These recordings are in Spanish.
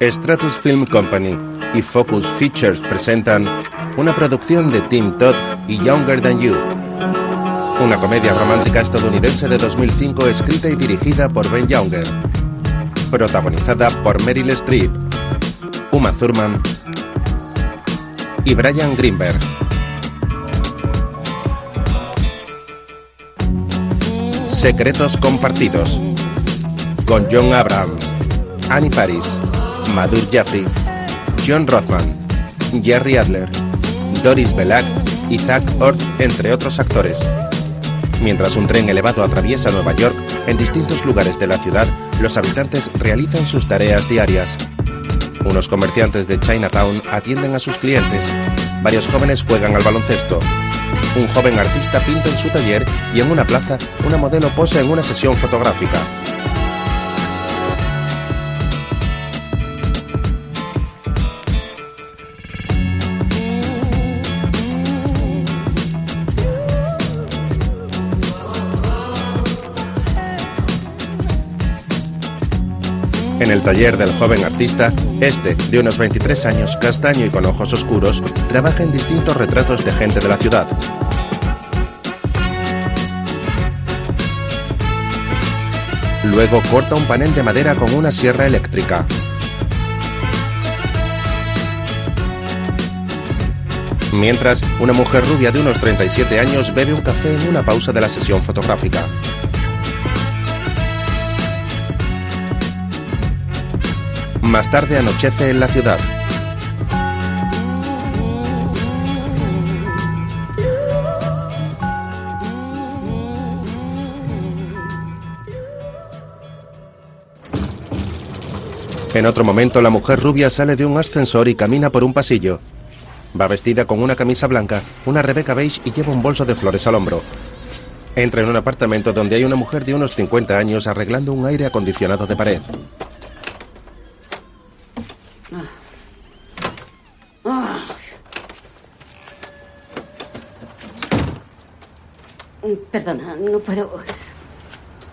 Stratus Film Company y Focus Features presentan una producción de Tim Todd y Younger Than You. Una comedia romántica estadounidense de 2005 escrita y dirigida por Ben Younger. Protagonizada por Meryl Streep, Uma Thurman y Brian Greenberg. Secretos compartidos. Con John Abrams, Annie Paris, Madur Jaffrey, John Rothman, Jerry Adler, Doris Belak y Zach Ort, entre otros actores. Mientras un tren elevado atraviesa Nueva York, en distintos lugares de la ciudad, los habitantes realizan sus tareas diarias. Unos comerciantes de Chinatown atienden a sus clientes. Varios jóvenes juegan al baloncesto. Un joven artista pinta en su taller y en una plaza una modelo posa en una sesión fotográfica. En el taller del joven artista, este, de unos 23 años, castaño y con ojos oscuros, trabaja en distintos retratos de gente de la ciudad. Luego corta un panel de madera con una sierra eléctrica. Mientras, una mujer rubia de unos 37 años bebe un café en una pausa de la sesión fotográfica. Más tarde anochece en la ciudad. En otro momento, la mujer rubia sale de un ascensor y camina por un pasillo. Va vestida con una camisa blanca, una Rebecca beige y lleva un bolso de flores al hombro. Entra en un apartamento donde hay una mujer de unos 50 años arreglando un aire acondicionado de pared. Mm, Perdona, no puedo.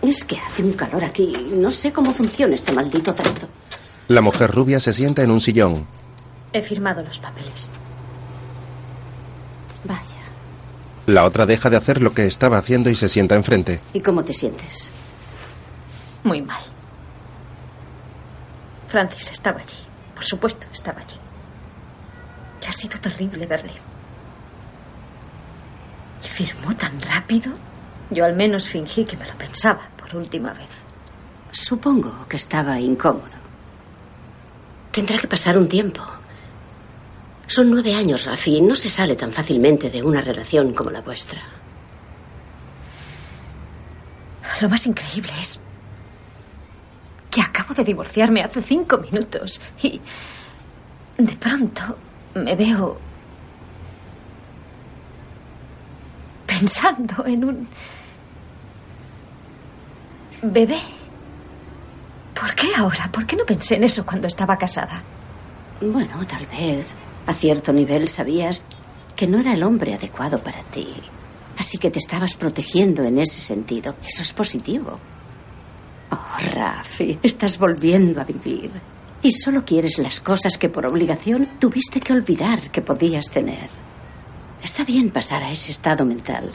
Es que hace un calor aquí. No sé cómo funciona este maldito trato. La mujer rubia se sienta en un sillón. He firmado los papeles. Vaya. La otra deja de hacer lo que estaba haciendo y se sienta enfrente. ¿Y cómo te sientes? Muy mal. Francis estaba allí. Por supuesto, estaba allí. Que ha sido terrible verle. ¿Y firmó tan rápido? Yo al menos fingí que me lo pensaba por última vez. Supongo que estaba incómodo. Tendrá que pasar un tiempo. Son nueve años, Rafi. No se sale tan fácilmente de una relación como la vuestra. Lo más increíble es que acabo de divorciarme hace cinco minutos y de pronto me veo pensando en un bebé. ¿Por qué ahora? ¿Por qué no pensé en eso cuando estaba casada? Bueno, tal vez a cierto nivel sabías que no era el hombre adecuado para ti. Así que te estabas protegiendo en ese sentido. Eso es positivo. Oh, Rafi, estás volviendo a vivir. Y solo quieres las cosas que por obligación tuviste que olvidar que podías tener. Está bien pasar a ese estado mental.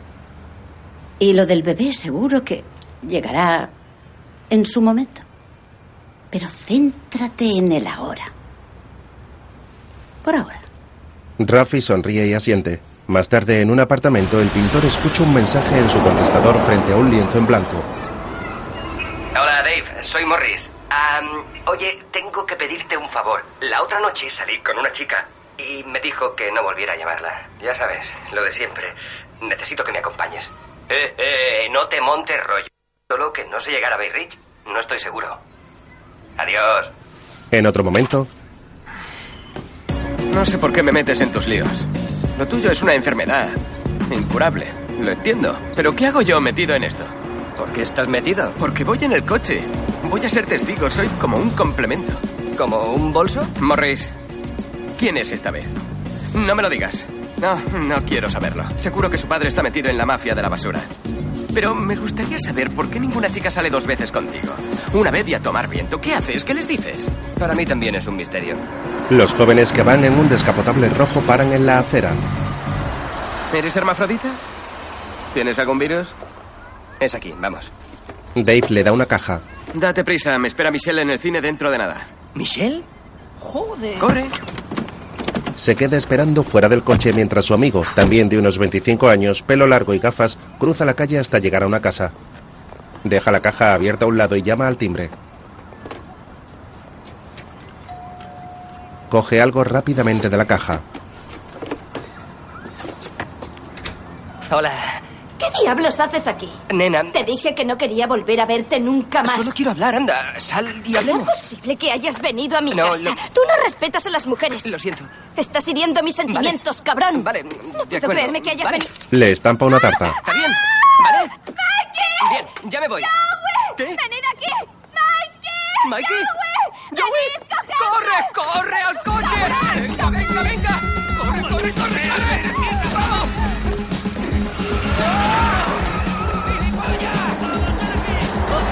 Y lo del bebé seguro que llegará en su momento. Pero céntrate en el ahora. Por ahora. Rafi sonríe y asiente. Más tarde, en un apartamento, el pintor escucha un mensaje en su contestador frente a un lienzo en blanco. Hola Dave, soy Morris. Am, oye, tengo que pedirte un favor. La otra noche salí con una chica y me dijo que no volviera a llamarla. Ya sabes, lo de siempre. Necesito que me acompañes. Eh, eh, no te montes rollo. Solo que no sé llegar a Bay Ridge. No estoy seguro. Adiós. En otro momento, No sé por qué me metes en tus líos. Lo tuyo es una enfermedad incurable. Lo entiendo. Pero ¿qué hago yo metido en esto? ¿Por qué estás metido? Porque voy en el coche. Voy a ser testigo. Soy como un complemento. ¿Como un bolso? Morris, ¿quién es esta vez? No me lo digas. No, no quiero saberlo. Seguro que su padre está metido en la mafia de la basura. Pero me gustaría saber por qué ninguna chica sale dos veces contigo. Una vez y a tomar viento. ¿Qué haces? ¿Qué les dices? Para mí también es un misterio. Los jóvenes que van en un descapotable rojo paran en la acera. ¿Eres hermafrodita? ¿Tienes algún virus? Es aquí, vamos. Dave le da una caja. Date prisa, me espera Michelle en el cine dentro de nada. ¿Michelle? Joder. ¡Corre! Se queda esperando fuera del coche mientras su amigo, también de unos 25 años, pelo largo y gafas, cruza la calle hasta llegar a una casa. Deja la caja abierta a un lado y llama al timbre. Coge algo rápidamente de la caja. Hola. ¿Qué diablos haces aquí? Nena. Te dije que no quería volver a verte nunca más. Solo quiero hablar, anda. Sal y ¿Cómo es hablemos. posible que hayas venido a mi No, casa? lo- Tú no respetas a las mujeres. Lo siento. Estás hiriendo mis sentimientos, cabrón. Vale, No de puedo acuerdo. creerme que hayas Vale. venido. Le estampa una tarta. ¿Está bien? ¿Vale? Bien, ya me voy. ¿Qué? ¡Venid aquí! ¡Mikey! ¿Mikey? ¡Corre, corre al coche! ¡Venga, venga, venga! ¡Corre, corre, corre! ¡Corre! ¡Vamos!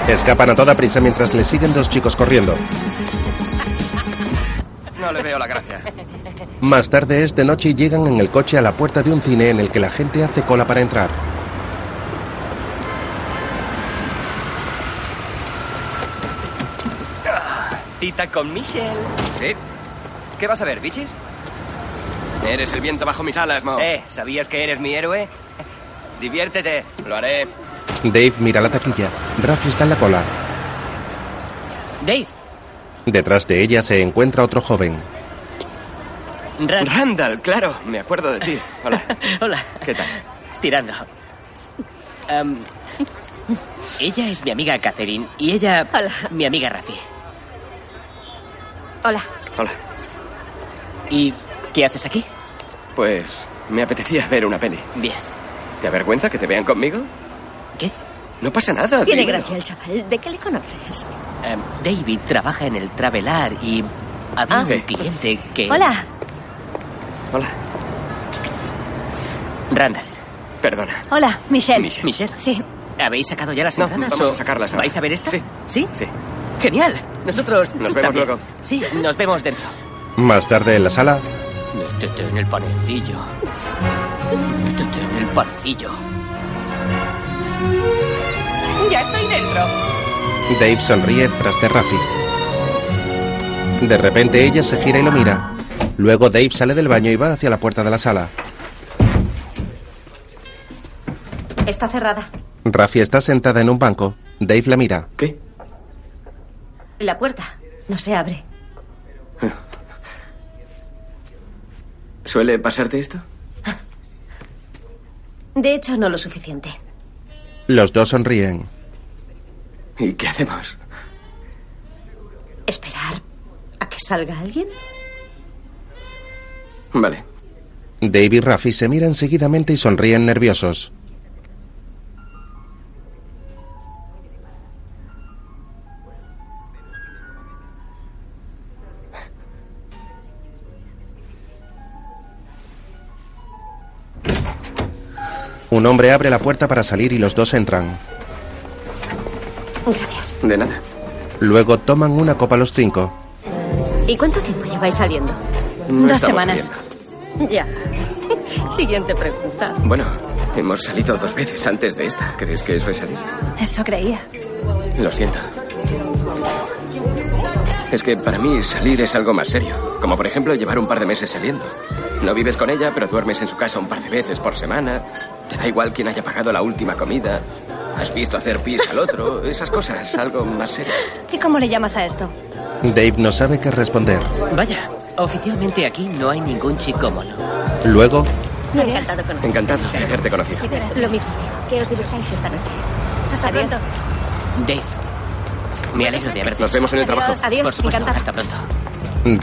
Escapan a toda prisa mientras le siguen dos chicos corriendo. No le veo la gracia. Más tarde es de noche y llegan en el coche a la puerta de un cine en el que la gente hace cola para entrar. Tita con Michelle. ¿Sí? ¿Qué vas a ver, bichis? Eres el viento bajo mis alas, Mo. Eh, ¿sabías que eres mi héroe? Diviértete. Lo haré. Dave mira la taquilla. Raf está en la cola. Dave. Detrás de ella se encuentra otro joven. Ran. Randall, claro, me acuerdo de ti. Hola. Hola. ¿Qué tal? Tirando. Am, ella es mi amiga Catherine y ella. Hola. Mi amiga Rafi. Hola. Hola. ¿Y qué haces aquí? Pues me apetecía ver una peli. Bien. ¿Te avergüenza que te vean conmigo? ¿Qué? No pasa nada. Tiene dímelo. gracia el chaval. ¿De qué le conoces? Am, Em, David trabaja en el Travelar y había Ah. un Sí. cliente Eh. que. Hola. Hola. Randall. Perdona. Hola, Michelle. Michelle. Sí. ¿Habéis sacado ya las No, entradas? vamos o a sacarlas ahora. ¿Vais a ver esta? Sí. ¿Sí? Sí. Genial. Nosotros. Nos vemos también. luego. Sí, nos vemos dentro. Más tarde en la sala, Métete en el panecillo. Métete en el panecillo. Dave sonríe tras de Rafi. De repente ella se gira y lo mira. Luego Dave sale del baño y va hacia la puerta de la sala. Está cerrada. Rafi está sentada en un banco. Dave la mira. ¿Qué? La puerta no se abre. ¿Suele pasarte esto? De hecho, no lo suficiente. Los dos sonríen. ¿Y qué hacemos? ¿Esperar a que salga alguien? Vale. Dave y Rafi se miran seguidamente y sonríen nerviosos. Un hombre abre la puerta para salir y los dos entran. Gracias. De nada. Luego toman una copa los cinco. ¿Y cuánto tiempo lleváis saliendo? No Dos estamos semanas. saliendo. Ya. Siguiente pregunta. Bueno, hemos salido dos veces antes de esta. ¿Crees que eso es salir? Eso creía. Lo siento. Es que para mí salir es algo más serio. Como por ejemplo llevar un par de meses saliendo. No vives con ella, pero duermes en su casa un par de veces por semana. Te da igual quién haya pagado la última comida. Has visto hacer pis al otro. Esas cosas, algo más serio. ¿Y cómo le llamas a esto? Dave no sabe qué responder. Vaya, oficialmente aquí no hay ningún chico mono. Luego, Me ha encantado conocer. Encantado de haberte conocido. este. Lo mismo digo. Que os divirtáis esta noche. Hasta pronto. Dave, me alegro de haberte Nos vemos en el trabajo. Adiós, Por supuesto, encantada. hasta pronto.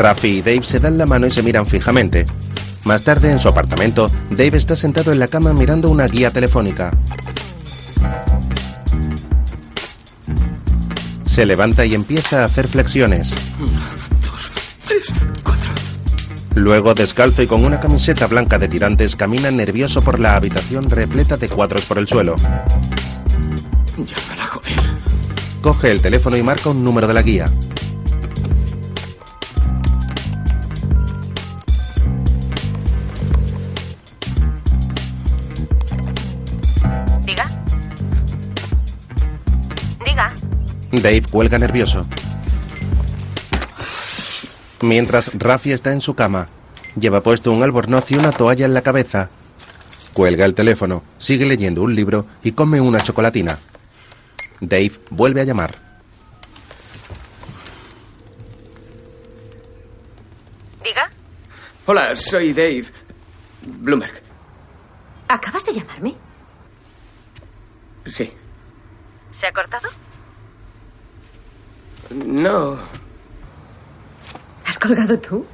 Rafi y Dave se dan la mano y se miran fijamente. Más tarde, en su apartamento, Dave está sentado en la cama mirando una guía telefónica. Se levanta y empieza a hacer flexiones. Luego, descalzo y con una camiseta blanca de tirantes, camina nervioso por la habitación repleta de cuadros por el suelo. Llámala, joder. Coge el teléfono y marca un número de la guía. Diga. Diga. Dave cuelga nervioso. Mientras Rafi está en su cama, lleva puesto un albornoz y una toalla en la cabeza. Cuelga el teléfono, sigue leyendo un libro y come una chocolatina. Dave vuelve a llamar. Diga. Hola, soy Dave Bloomberg. ¿Acabas de llamarme? Sí. ¿Se ha cortado? No. ¿Has colgado tú?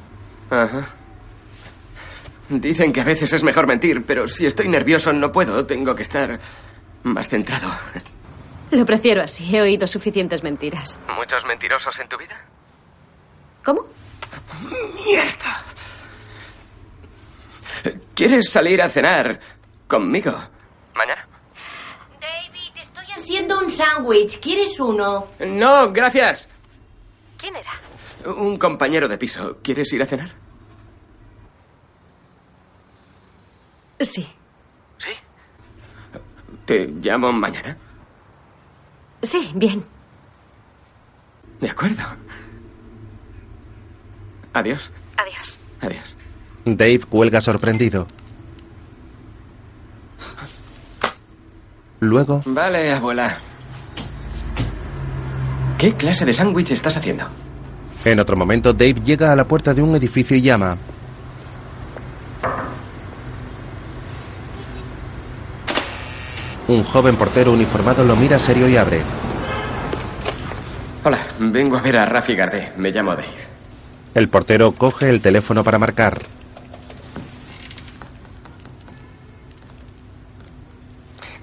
Ajá. Dicen que a veces es mejor mentir, pero si estoy nervioso no puedo. Tengo que estar más centrado. Lo prefiero así. He oído suficientes mentiras. ¿Muchos mentirosos en tu vida? ¿Cómo? ¡Mierda! ¿Quieres salir a cenar conmigo? ¿Mañana? David, estoy haciendo un sándwich. ¿Quieres uno? No, gracias. ¿Quién era? Un compañero de piso. ¿Quieres ir a cenar? Sí. ¿Sí? ¿Te llamo mañana? Sí, bien. De acuerdo. Adiós. Adiós. Adiós. Dave cuelga sorprendido. Luego, Vale, abuela. ¿Qué clase de sándwich estás haciendo? en otro momento, Dave llega a la puerta de un edificio y llama. Un joven portero uniformado lo mira serio y abre. Hola, vengo a ver a Rafi Gardé. Me llamo Dave. El portero coge el teléfono para marcar.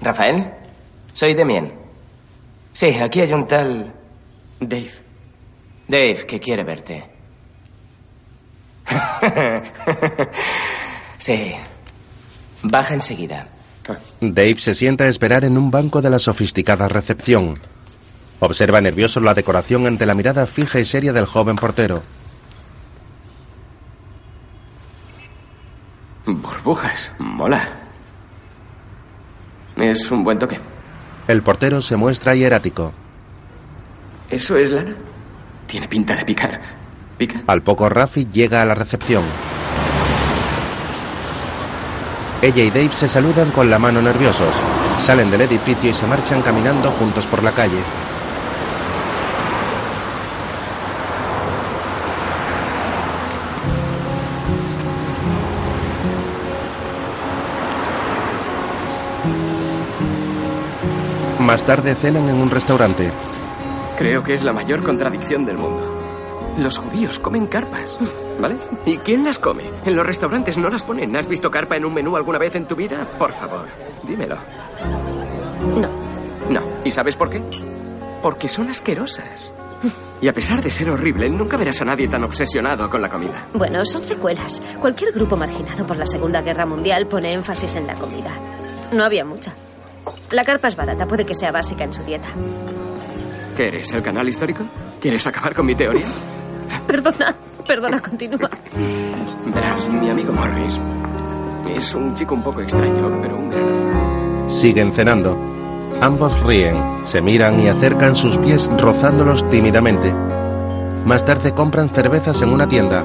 Rafael, soy Demian. Sí, aquí hay un tal Dave. Dave que quiere verte. sí. Baja enseguida. Ah, Dave se sienta a esperar en un banco de la sofisticada recepción. Observa nervioso la decoración ante la mirada fija y seria del joven portero. Burbujas, mola. Es un buen toque. El portero se muestra hierático. ¿Eso es lana? Tiene pinta de picar. ¿Pica? Al poco Rafi llega a la recepción. Ella y Dave se saludan con la mano nerviosos. Salen del edificio y se marchan caminando juntos por la calle. Más tarde cenan en un restaurante. Creo que es la mayor contradicción del mundo. Los judíos comen carpas, ¿vale? ¿Y quién las come? En los restaurantes no las ponen. ¿Has visto carpa en un menú alguna vez en tu vida? Por favor, dímelo. No. No. ¿Y sabes por qué? Porque son asquerosas. Y a pesar de ser horrible, nunca verás a nadie tan obsesionado con la comida. Bueno, son secuelas. Cualquier grupo marginado por la Segunda Guerra Mundial pone énfasis en la comida. No había mucha. La carpa es barata, puede que sea básica en su dieta. ¿Qué eres, el canal histórico? ¿Quieres acabar con mi teoría? Perdona, perdona, continúa. Verás, mi amigo Morris es un chico un poco extraño, pero un gran... Siguen cenando. Ambos ríen, se miran y acercan sus pies rozándolos tímidamente. Más tarde compran cervezas en una tienda.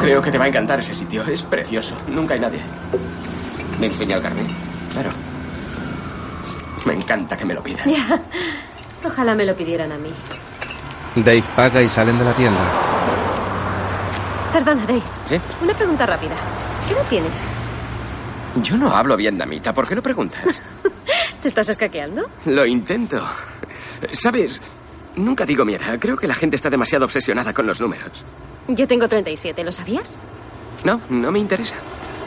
Creo que te va a encantar ese sitio. Es precioso. Nunca hay nadie. Me enseña el carnet. Claro. Me encanta que me lo pidan. Ya. Ojalá me lo pidieran a mí. Dave paga y salen de la tienda. Perdona, Dave. ¿Sí? Una pregunta rápida. ¿Qué edad tienes? Yo no hablo vietnamita. ¿Por qué lo preguntas? ¿Te estás escaqueando? Lo intento. ¿Sabes? Nunca digo mi edad. Creo que la gente está demasiado obsesionada con los números. Yo tengo 37, ¿lo sabías? No, no me interesa.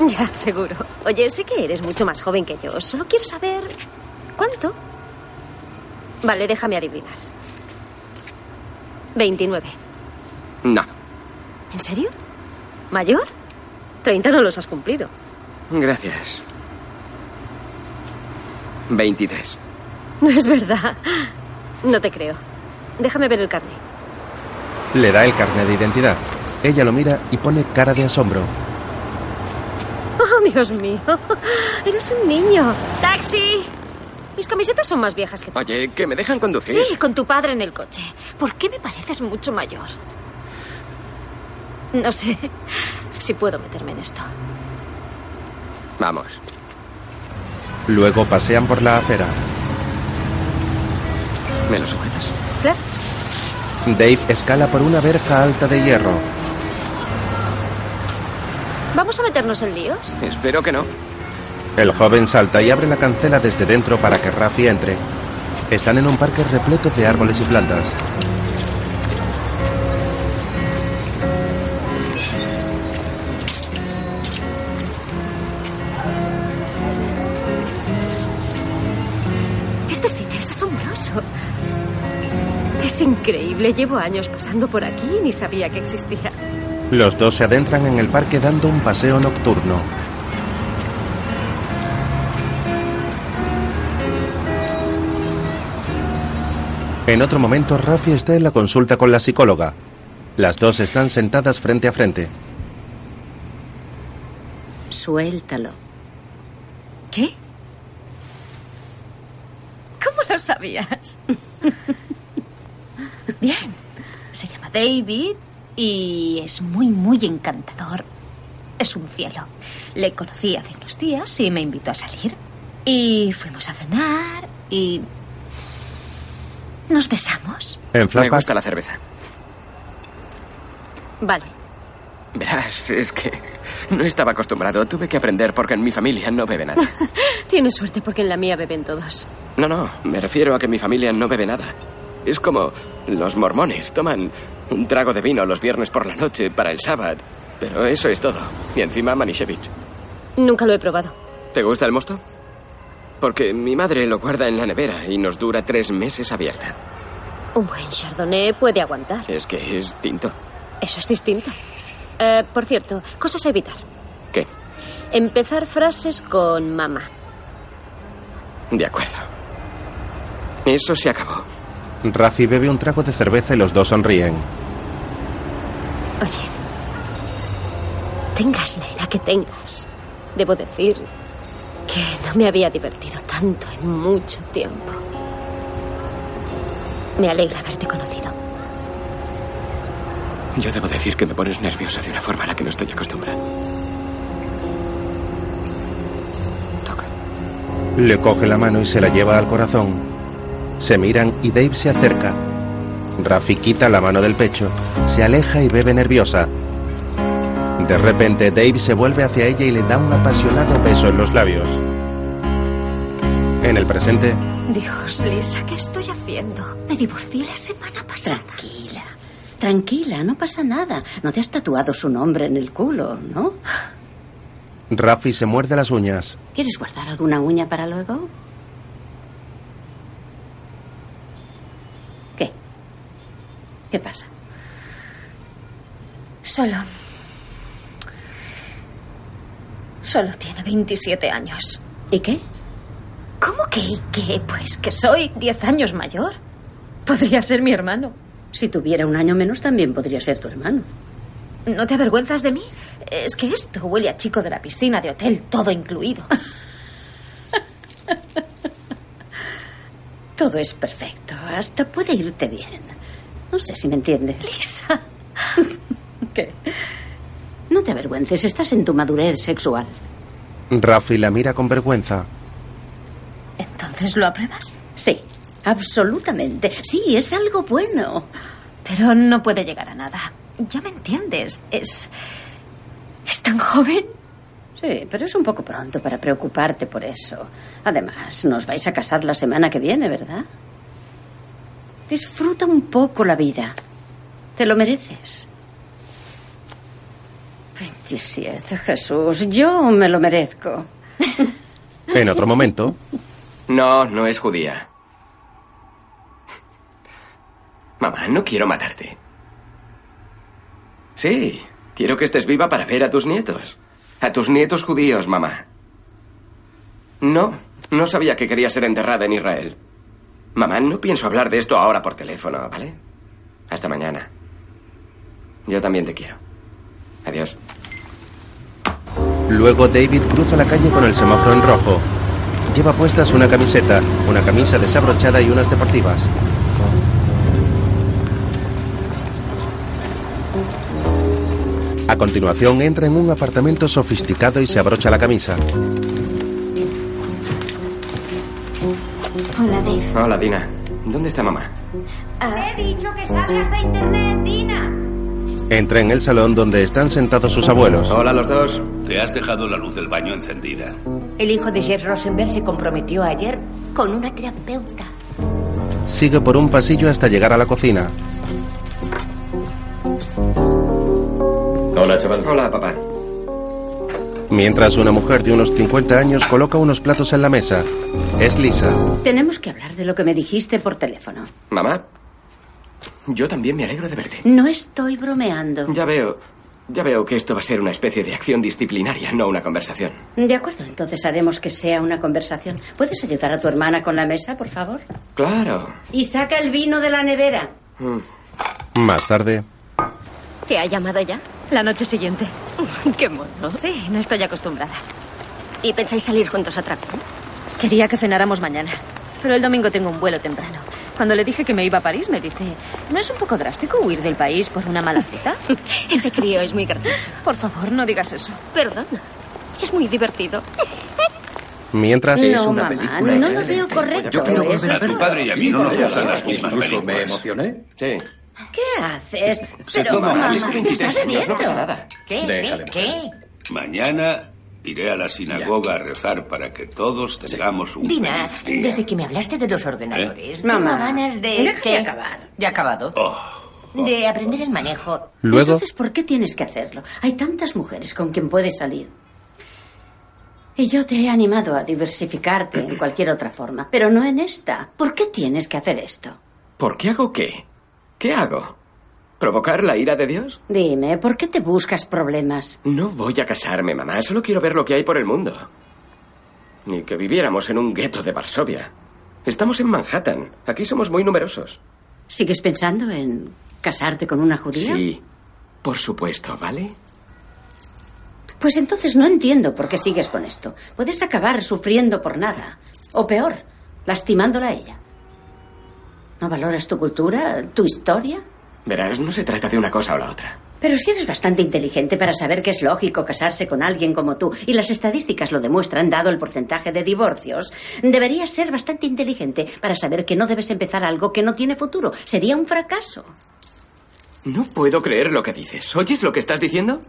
Ya, seguro. Oye, sé que eres mucho más joven que yo. Solo quiero saber. ¿Cuánto? Vale, déjame adivinar. 29. No. ¿En serio? ¿Mayor? 30 no los has cumplido. Gracias. 23. No es verdad. No te creo. Déjame ver el carnet. Le da el carnet de identidad. Ella lo mira y pone cara de asombro. Oh, Dios mío. Eres un niño. ¡Taxi! Mis camisetas son más viejas que tú. Oye, que me dejan conducir. Sí, con tu padre en el coche. ¿Por qué me pareces mucho mayor? No sé si puedo meterme en esto. Vamos. Luego pasean por la acera. ¿Me lo sujetas? Claro. Dave escala por una verja alta de hierro. ¿Vamos a meternos en líos? Espero que no. El joven salta y abre la cancela desde dentro para que Rafi entre. Están en un parque repleto de árboles y plantas. Este sitio es asombroso. Es increíble. Llevo años pasando por aquí y ni sabía que existía. Los dos se adentran en el parque dando un paseo nocturno. En otro momento, Rafi está en la consulta con la psicóloga. Las dos están sentadas frente a frente. Suéltalo. ¿Qué? ¿Cómo lo sabías? Bien. Se llama David y es muy, muy encantador. Es un cielo. Le conocí hace unos días y me invitó a salir. Y fuimos a cenar y... Nos besamos. En Me gusta la cerveza. Vale. Verás, es que no estaba acostumbrado. Tuve que aprender porque en mi familia no bebe nada. Tienes suerte porque en la mía beben todos. No, no, me refiero a que mi familia no bebe nada. Es como los mormones toman un trago de vino los viernes por la noche para el sábado. Pero eso es todo. Y encima Manishevich. Nunca lo he probado. ¿Te gusta el mosto? Porque mi madre lo guarda en la nevera y nos dura tres meses abierta. Un buen chardonnay puede aguantar. Es que es tinto. Eso es distinto. Eh, por cierto, cosas a evitar. ¿Qué? Empezar frases con mamá. De acuerdo. Eso se acabó. Rafi bebe un trago de cerveza y los dos sonríen. Oye, tengas la edad que tengas, debo decir que no me había divertido tanto en mucho tiempo. Me alegra haberte conocido. Yo debo decir que me pones nervioso de una forma a la que no estoy acostumbrado. Le coge la mano y se la lleva al corazón. Se miran y Dave se acerca. Rafi quita la mano del pecho, se aleja y bebe nerviosa. De repente Dave se vuelve hacia ella y le da un apasionado beso en los labios. En el presente, Dios, Lisa, ¿qué estoy haciendo? Me divorcié la semana pasada. Tranquila. Tranquila, no pasa nada. No te has tatuado su nombre en el culo, ¿no? Rafi se muerde las uñas. ¿Quieres guardar alguna uña para luego? ¿Qué? ¿Qué pasa? Ah. Solo. Solo tiene 27 años. ¿Y qué? ¿Cómo que y qué? Pues que soy 10 años mayor. Podría ser mi hermano. Si tuviera un año menos también podría ser tu hermano. ¿No te avergüenzas de mí? Es que esto huele a chico de la piscina de hotel, todo incluido. Todo es perfecto. Hasta puede irte bien. No sé si me entiendes. Lisa. ¿Qué? No te avergüences, estás en tu madurez sexual. Rafi la mira con vergüenza. ¿Entonces lo apruebas? Sí, absolutamente. Sí, es algo bueno. Pero no puede llegar a nada. Ya me entiendes. Es. Es tan joven. Sí, pero es un poco pronto para preocuparte por eso. Además, nos vais a casar la semana que viene, ¿verdad? Disfruta un poco la vida. Te lo mereces. 27, Jesús, yo me lo merezco. En otro momento, No, no es judía. Mamá, no quiero matarte. Sí, quiero que estés viva para ver a tus nietos. A tus nietos judíos, mamá. No, No sabía que quería ser enterrada en Israel. Mamá, no pienso hablar de esto ahora por teléfono, ¿vale? Hasta mañana. Yo también te quiero. Adiós. Luego David cruza la calle con el semáforo en rojo. Lleva puestas una camiseta, una camisa desabrochada y unas deportivas. A continuación entra en un apartamento sofisticado y se abrocha la camisa. Hola, Dave. Hola, Dina. ¿Dónde está mamá? Te he dicho que salgas de internet, Dina. Entra en el salón donde están sentados sus abuelos. Hola, los dos. Te has dejado la luz del baño encendida. El hijo de Jeff Rosenberg se comprometió ayer con una terapeuta. Sigue por un pasillo hasta llegar a la cocina. Hola, chaval. Hola, papá. Mientras una mujer de unos 50 años coloca unos platos en la mesa. Es Lisa. Tenemos que hablar de lo que me dijiste por teléfono. Mamá, yo también me alegro de verte. No estoy bromeando. Ya veo, ya veo que esto va a ser una especie de acción disciplinaria, no una conversación. De acuerdo, entonces haremos que sea una conversación. ¿Puedes ayudar a tu hermana con la mesa, por favor? Claro. Mm. Y saca el vino de la nevera. Más tarde, ¿Te ha llamado ya? La noche siguiente. Qué mono. Sí, no estoy acostumbrada. ¿Y pensáis salir juntos otra vez? Quería que cenáramos mañana, pero el domingo tengo un vuelo temprano. Cuando le dije que me iba a París, me dice, ¿no es un poco drástico huir del país por una mala cita? Ese crío es muy gracioso. Por favor, no digas eso. Perdona. Es muy divertido. mientras... No, mamá, no lo veo correcto. Yo quiero Eso volver a es tu todo. padre y a mí no nos gustan las mismas Incluso me películas. emocioné. Sí. ¿Qué haces? Se Pero, toma mamá, Alice ¿qué 23 estás años, no haciendo? pasa nada. ¿Qué? Déjale, ¿Qué? ¿Qué? Mañana iré a la sinagoga a rezar para que todos tengamos un Dina, feliz día. desde que me hablaste de los ordenadores, tengo Mamá, ganas de... déjame que- acabar. Ya acabado. Oh. De aprender el manejo. Luego- Entonces, ¿por qué tienes que hacerlo? Hay tantas mujeres con quien puedes salir. Y yo te he animado a diversificarte en cualquier otra forma, pero no en esta. ¿Por qué tienes que hacer esto? ¿Por qué hago qué? ¿Qué hago? ¿Provocar la ira de Dios? Dime, ¿por qué te buscas problemas? No voy a casarme, mamá. Solo quiero ver lo que hay por el mundo. Ni que viviéramos en un gueto de Varsovia. Estamos en Manhattan. Aquí somos muy numerosos. ¿Sigues pensando en casarte con una judía? Sí, por supuesto, ¿vale? Pues entonces no entiendo por qué sigues con esto. Puedes acabar sufriendo por nada. O peor, lastimándola a ella. ¿No valoras tu cultura, tu historia? Verás, no se trata de una cosa o la otra. Pero si eres bastante inteligente para saber que es lógico casarse con alguien como tú, y las estadísticas lo demuestran dado el porcentaje de divorcios, deberías ser bastante inteligente para saber que no debes empezar algo que no tiene futuro. Sería un fracaso. No puedo creer lo que dices. ¿Oyes lo que estás diciendo?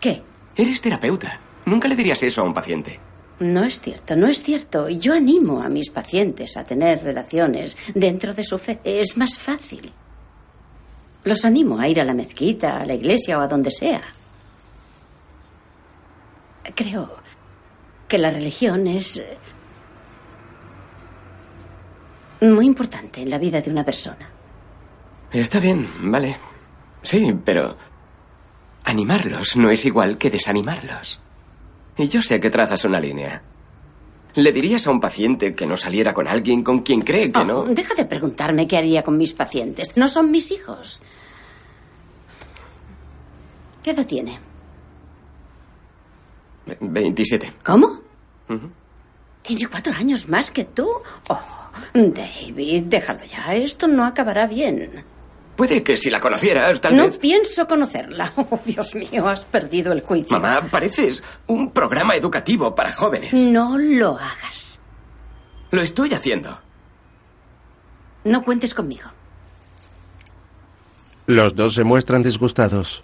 ¿Qué? Eres terapeuta. Nunca le dirías eso a un paciente. No es cierto, no es cierto. Yo animo a mis pacientes a tener relaciones dentro de su fe. Es más fácil. Los animo a ir a la mezquita, a la iglesia o a donde sea. Creo que la religión es eh, muy importante en la vida de una persona. Está bien, vale. Sí, pero... Animarlos no es igual que desanimarlos. Y yo sé que trazas una línea. ¿Le dirías a un paciente que no saliera con alguien con quien cree que no? Oh, deja de preguntarme qué haría con mis pacientes. No son mis hijos. ¿Qué edad tiene? Ve- 27. ¿Cómo? Ujú. Tiene cuatro años más que tú. Oh, David, déjalo ya. Esto no acabará bien. Puede que si la conocieras, tal no vez... pienso conocerla. Oh, Dios mío, has perdido el juicio. Mamá, pareces un programa educativo para jóvenes. No lo hagas. Lo estoy haciendo. No cuentes conmigo. Los dos se muestran disgustados.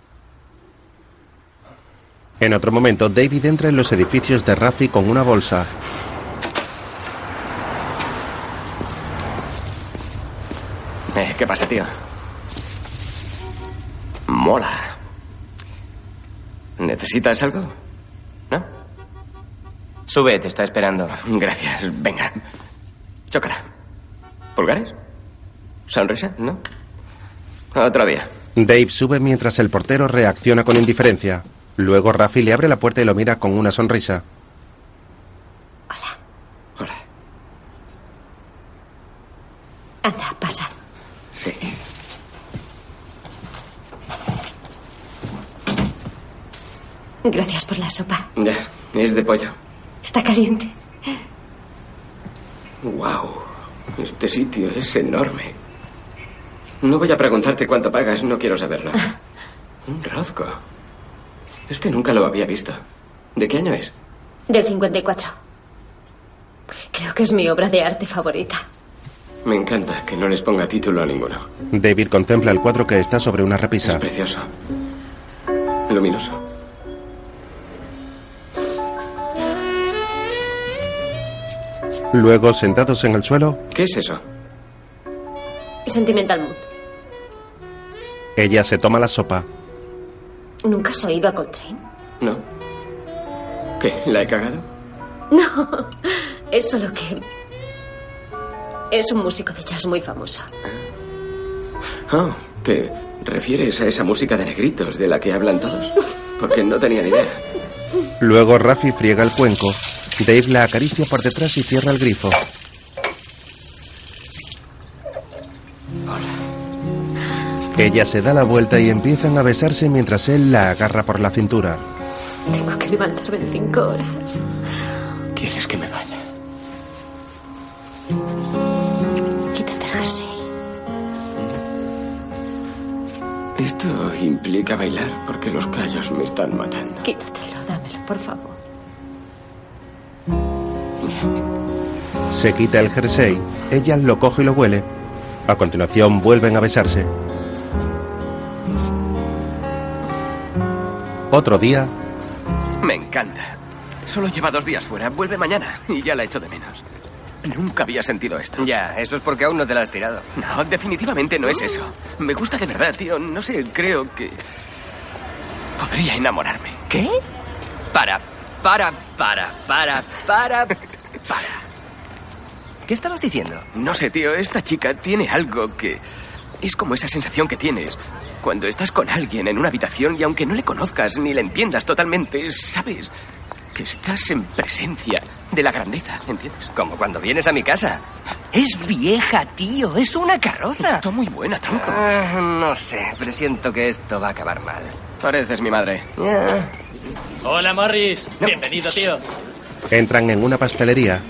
En otro momento, David entra en los edificios de Rafi con una bolsa. Eh, ¿Qué pasa, tío? Mola. ¿Necesitas algo? ¿No? Sube, te está esperando. Gracias. Venga. Chócala. ¿Pulgares? ¿Sonrisa? ¿No? Otro día. Dave sube mientras el portero reacciona con indiferencia. Luego Rafi le abre la puerta y lo mira con una sonrisa. Hola. Gracias por la sopa. Ya, es de pollo. Está caliente. Wow, este sitio es enorme. No voy a preguntarte cuánto pagas, no quiero saberlo. Un rozco. Este nunca lo había visto. ¿De qué año es? Del 54. Creo que es mi obra de arte favorita. Me encanta que no les ponga título a ninguno. David contempla el cuadro que está sobre una repisa. Es precioso. Luminoso. Luego, sentados en el suelo, ¿Qué es eso? Sentimental Mood. ella se toma la sopa. ¿Nunca has oído a Coltrane? ¿No? ¿Qué? ¿La he cagado? No, es solo que... Es un músico de jazz muy famoso. Oh, ¿te refieres a esa música de negritos de la que hablan todos? Porque no tenía ni idea. Luego Rafi friega el cuenco. Dave la acaricia por detrás y cierra el grifo. Ella se da la vuelta y empiezan a besarse mientras él la agarra por la cintura. Tengo que levantarme en cinco horas. ¿Quieres que me vaya? Quítate el jersey. Esto implica bailar porque los callos me están matando. Quítatelo, dámelo, por favor. Se quita el jersey, ella lo coge y lo huele. A continuación vuelven a besarse. Otro día, Me encanta. Solo lleva dos días fuera. Vuelve mañana y ya la echo de menos. Nunca había sentido esto. Ya, eso es porque aún no te la has tirado. No, definitivamente no es eso. Me gusta de verdad, tío. No sé, creo que... Podría enamorarme. ¿Qué? Para, para, para, para, para, para. ¿Qué estabas diciendo? No sé, tío. Esta chica tiene algo que... Es como esa sensación que tienes cuando estás con alguien en una habitación y aunque no le conozcas ni le entiendas totalmente, sabes que estás en presencia de la grandeza, ¿entiendes? Como cuando vienes a mi casa. Es vieja, tío. Es una carroza. Está muy buena, tronco. Ah, no sé, presiento que esto va a acabar mal. Pareces mi madre. Ah. Hola, Morris. Bienvenido, tío. entran en una pastelería.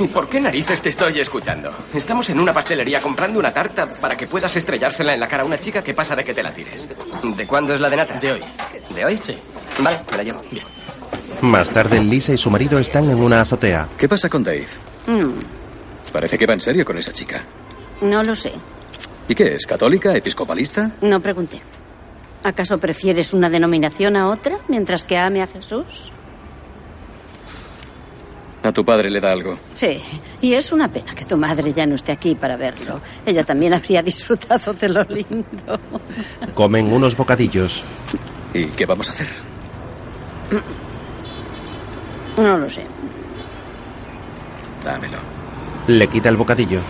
¿Y por qué narices te estoy escuchando? Estamos en una pastelería comprando una tarta para que puedas estrellársela en la cara a una chica que pasa de que te la tires. ¿De cuándo es la de nata? De hoy. ¿De hoy? Sí. Vale, me la llevo. Más tarde, Lisa y su marido están en una azotea. ¿Qué pasa con Dave? Mm, Parece que va en serio con esa chica. no lo sé. ¿Y qué es? ¿Católica? ¿Episcopalista? No pregunté. ¿Acaso prefieres una denominación a otra mientras que ame a Jesús? A tu padre le da algo. Sí, y es una pena que tu madre ya no esté aquí para verlo. Ella también habría disfrutado de lo lindo. Comen unos bocadillos. ¿Y qué vamos a hacer? No lo sé. Dámelo. Le quita el bocadillo.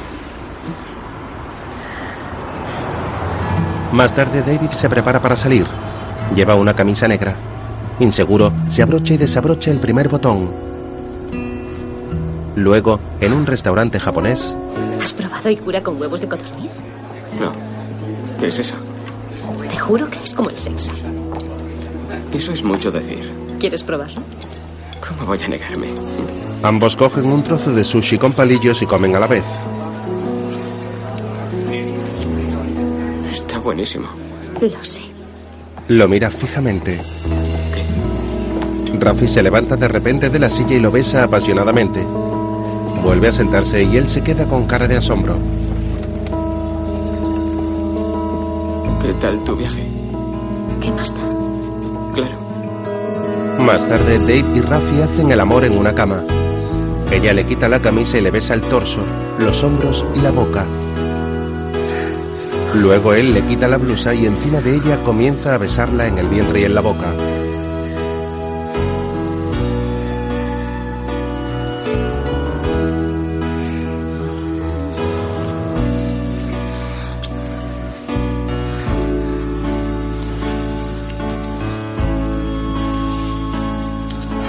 Más tarde, David se prepara para salir. Lleva una camisa negra. Inseguro, se abrocha y desabrocha el primer botón. Luego, en un restaurante japonés, ¿Has probado Ikura con huevos de codorniz? No. ¿Qué es eso? Te juro que es como el sexo. Eso es mucho decir. ¿Quieres probarlo? ¿Cómo voy a negarme? ambos cogen un trozo de sushi con palillos y comen a la vez. Está buenísimo. Lo sé. Lo mira fijamente. Rafi se levanta de repente de la silla y lo besa apasionadamente. Vuelve a sentarse y él se queda con cara de asombro. ¿Qué tal tu viaje? ¿Qué más da? Claro. Más tarde, Dave y Rafi hacen el amor en una cama. Ella le quita la camisa y le besa el torso, los hombros y la boca. Luego él le quita la blusa y encima de ella comienza a besarla en el vientre y en la boca.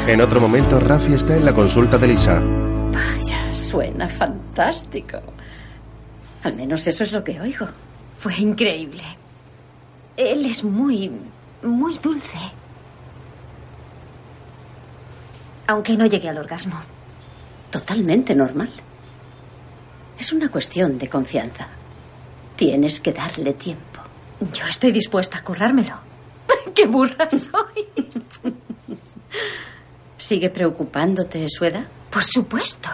En otro momento, Rafi está en la consulta de Lisa. Vaya, suena fantástico. Al menos eso es lo que oigo. Fue increíble. Él es muy, muy dulce. aunque no llegue al orgasmo. Totalmente normal. Es una cuestión de confianza. Tienes que darle tiempo. Yo estoy dispuesta a currármelo. ¡Qué burra soy! ¿Sigue preocupándote su edad? Por supuesto.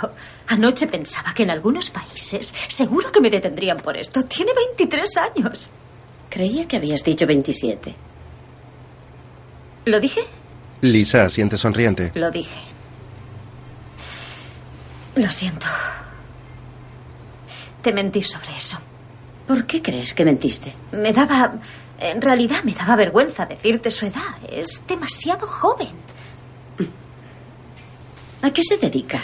Anoche pensaba que en algunos países seguro que me detendrían por esto. Tiene 23 años. Creía que habías dicho 27. ¿Lo dije? Lisa siente sonriente. Lo dije. Lo siento. Te mentí sobre eso. ¿Por qué crees que mentiste? Me daba... En realidad me daba vergüenza decirte su edad. Es demasiado joven. ¿A qué se dedica?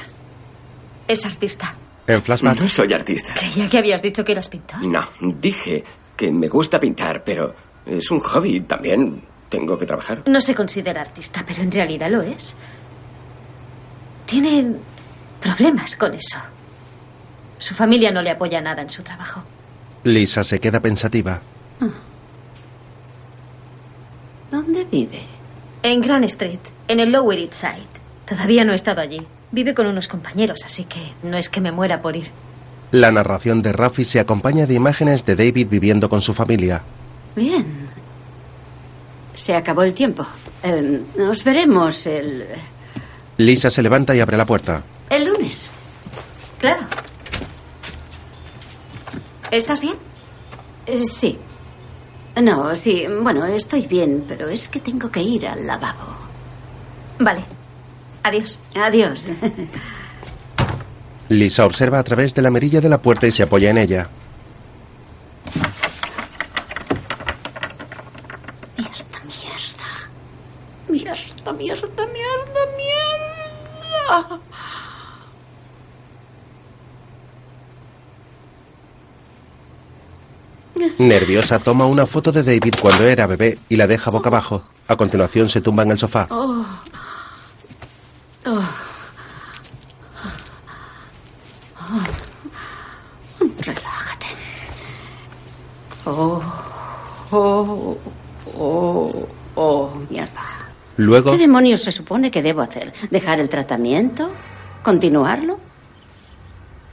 Es artista. En flashback. No soy artista. Creía que habías dicho que eras pintor. No, dije que me gusta pintar, pero es un hobby. También tengo que trabajar. No se considera artista, pero en realidad lo es. Tiene problemas con eso. Su familia no le apoya nada en su trabajo. Lisa se queda pensativa. ¿Dónde vive? En Grand Street, en el Lower East Side. Todavía no he estado allí. Vive con unos compañeros, así que no es que me muera por ir. La narración de Rafi se acompaña de imágenes de David viviendo con su familia. Bien. Se acabó el tiempo. Eh, nos veremos el, Lisa se levanta y abre la puerta. el lunes. Claro. ¿Estás bien? Eh, Sí. No, sí, bueno, estoy bien, pero es que tengo que ir al lavabo. Vale. Adiós. Adiós. Lisa observa a través de la merilla de la puerta y se apoya en ella. Mierda, mierda, mierda, mierda. Nerviosa toma una foto de David cuando era bebé y la deja boca abajo. A continuación se tumba en el sofá. Oh. Oh. Oh. Relájate. Oh. Oh. Oh. Oh. Mierda. Luego ¿Qué demonios se supone que debo hacer? ¿Dejar el tratamiento? ¿Continuarlo?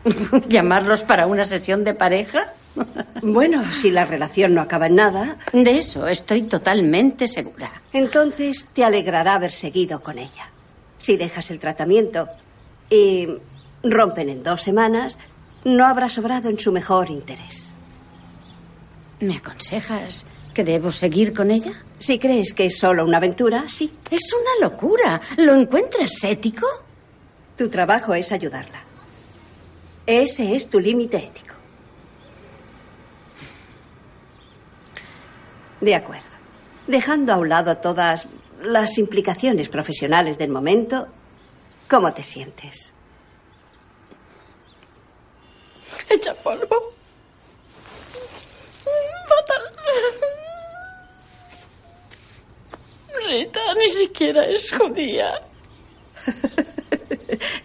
¿Llamarlos para una sesión de pareja? Bueno, si la relación no acaba en nada, De eso estoy totalmente segura. entonces te alegrará haber seguido con ella. Si dejas el tratamiento y rompen en dos semanas, no habrá sobrado en su mejor interés. ¿Me aconsejas que debo seguir con ella? Si crees que es solo una aventura, sí. Es una locura. ¿Lo encuentras ético? Tu trabajo es ayudarla. Ese es tu límite ético. De acuerdo. Dejando a un lado todas las implicaciones profesionales del momento, ¿cómo te sientes? Hecha polvo. Fatal. Rita ni siquiera es judía.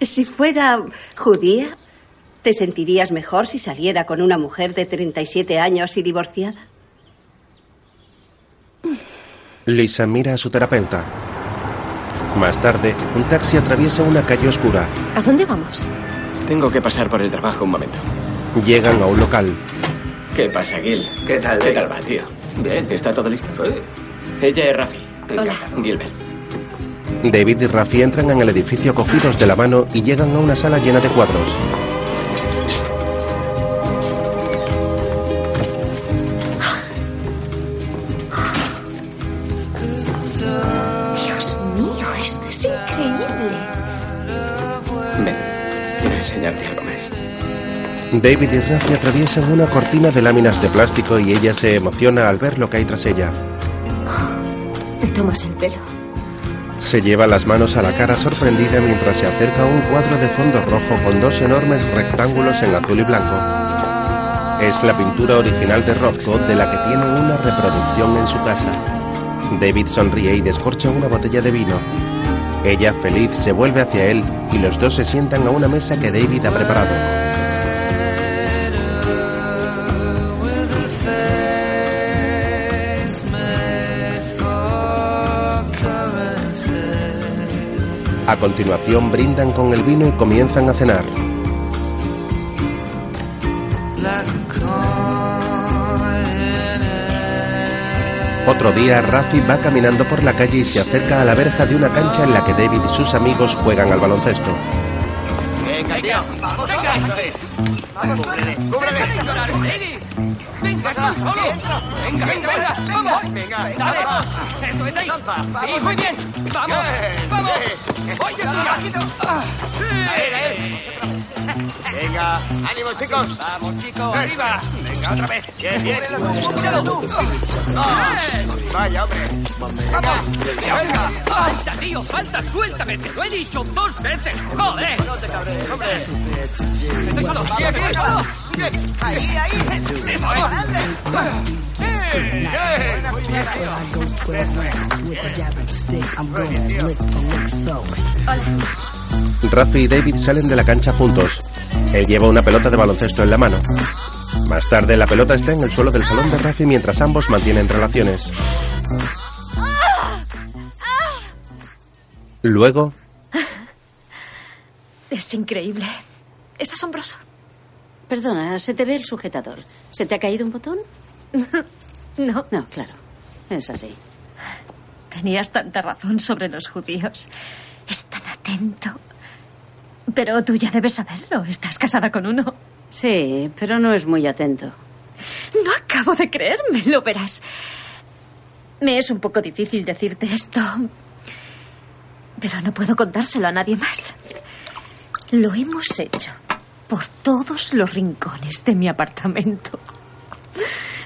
Si fuera judía, ¿te sentirías mejor si saliera con una mujer de 37 años y divorciada? Lisa mira a su terapeuta. Más tarde, un taxi atraviesa una calle oscura. ¿A dónde vamos? Tengo que pasar por el trabajo un momento. Llegan a un local. ¿Qué pasa, Gil? ¿Qué tal, ¿Qué Dave? tal va, tío? Bien. ¿Está todo listo? Sí. Ella es Rafi. Gilbert. David y Rafi entran en el edificio cogidos de la mano y llegan a una sala llena de cuadros. Dios mío, esto es increíble. Ven, quiero enseñarte algo más. David y Rafi atraviesan una cortina de láminas de plástico y ella se emociona al ver lo que hay tras ella. Me tomas el pelo. Se lleva las manos a la cara sorprendida mientras se acerca a un cuadro de fondo rojo con dos enormes rectángulos en azul y blanco. Es la pintura original de Rothko de la que tiene una reproducción en su casa. David sonríe y descorcha una botella de vino. Ella, feliz, se vuelve hacia él y los dos se sientan a una mesa que David ha preparado. A continuación brindan con el vino y comienzan a cenar. Otro día, Rafi va caminando por la calle y se acerca a la verja de una cancha en la que David y sus amigos juegan al baloncesto. Venga, tío. Vamos, venga. Eso es. Vamos, cúbrele. Cúbrele. Venga, tú solo. Venga, venga, venga. Vamos. Venga, dale. Vamos. Eso es ahí. Sí, muy bien. Vamos. Vamos. Oye, tú, bajito. Venga, ánimo, chicos. Vamos, chicos, arriba. Venga, otra vez. Bien, bien. Cuidado tú. Vaya, hombre. Vamos. Venga. Falta, tío, falta. Suéltame. Te lo he dicho dos veces. Joder. No te cabres, hombre. Estoy solo. Sí, sí, solo. Bien. Ahí, ahí. Eso es. Eh, eh. Muy bien, tío. Eso es. Rafi y David salen de la cancha juntos. Él lleva una pelota de baloncesto en la mano. Más tarde, la pelota está en el suelo del salón de Rafi mientras ambos mantienen relaciones. Luego, Es increíble. Es asombroso. Perdona, se te ve el sujetador. ¿Se te ha caído un botón? No. No, claro. Es así. Tenías tanta razón sobre los judíos. Es tan atento. Pero tú ya debes saberlo. Estás casada con uno. Sí, pero no es muy atento. No acabo de creérmelo, verás. Me es un poco difícil decirte esto. Pero no puedo contárselo a nadie más. Lo hemos hecho por todos los rincones de mi apartamento.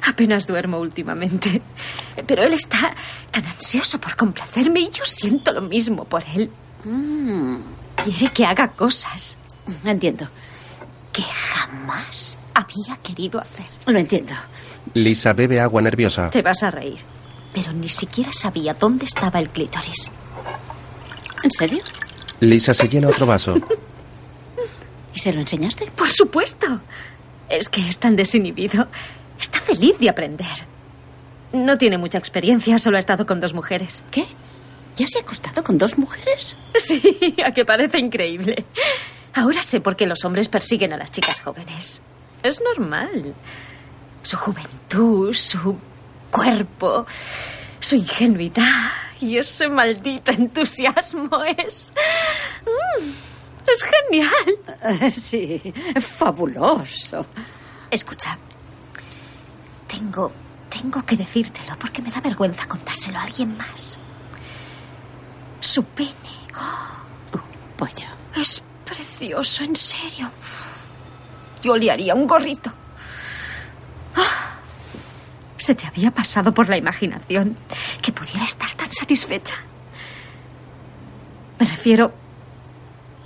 Apenas duermo últimamente. Pero él está tan ansioso por complacerme y yo siento lo mismo por él. Quiere que haga cosas. Entiendo. Que jamás había querido hacer. Lo entiendo. Lisa bebe agua nerviosa. Te vas a reír. Pero ni siquiera sabía dónde estaba el clítoris. ¿En serio? Lisa se llena otro vaso. ¿Y se lo enseñaste? Por supuesto. Es que es tan desinhibido. Está feliz de aprender. No tiene mucha experiencia, solo ha estado con dos mujeres. ¿Qué? ¿Ya se ha acostado con dos mujeres? Sí, a que parece increíble. Ahora sé por qué los hombres persiguen a las chicas jóvenes. Es normal. Su juventud, su cuerpo, su ingenuidad y ese maldito entusiasmo es... mm, Es genial. Sí, fabuloso. Escucha, tengo, tengo que decírtelo porque me da vergüenza contárselo a alguien más. Su pene. oh, Pues Es precioso, en serio. Yo le haría un gorrito. Ah, Se te había pasado por la imaginación que pudiera estar tan satisfecha. Me refiero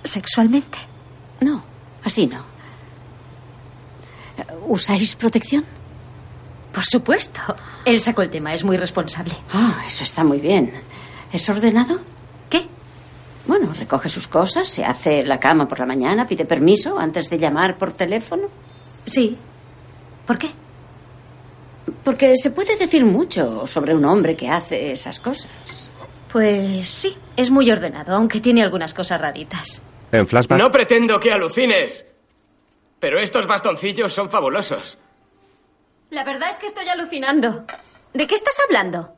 sexualmente. No, así no. ¿Usáis protección? Por supuesto. Él sacó el tema, es muy responsable. Ah, eso está muy bien. ¿Es ordenado? ¿Qué? Bueno, recoge sus cosas, se hace la cama por la mañana, pide permiso antes de llamar por teléfono. Sí. ¿Por qué? Porque se puede decir mucho sobre un hombre que hace esas cosas. Pues sí, es muy ordenado, aunque tiene algunas cosas raritas. En flashback, No pretendo que alucines, pero estos bastoncillos son fabulosos. La verdad es que estoy alucinando. ¿De qué estás hablando?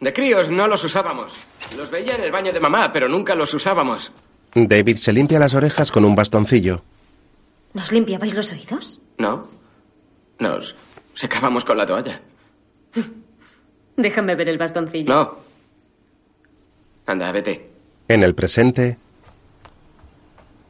De críos no los usábamos. Los veía en el baño de mamá, pero nunca los usábamos. David se limpia las orejas con un bastoncillo. ¿Nos limpiabais los oídos? ¿No? Nos secábamos con la toalla. Déjame ver el bastoncillo. No. Anda, vete. En el presente,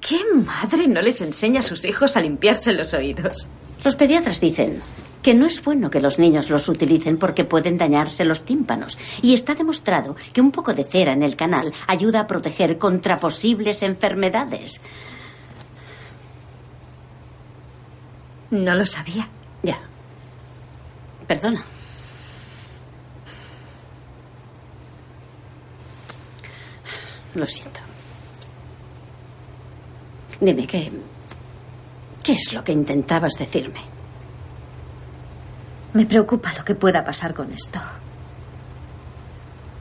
¿Qué madre no les enseña a sus hijos a limpiarse los oídos? Los pediatras dicen que no es bueno que los niños los utilicen porque pueden dañarse los tímpanos. Y está demostrado que un poco de cera en el canal ayuda a proteger contra posibles enfermedades. No lo sabía. Ya. Perdona. Lo siento. Dime, ¿qué, ¿qué es lo que intentabas decirme? Me preocupa lo que pueda pasar con esto.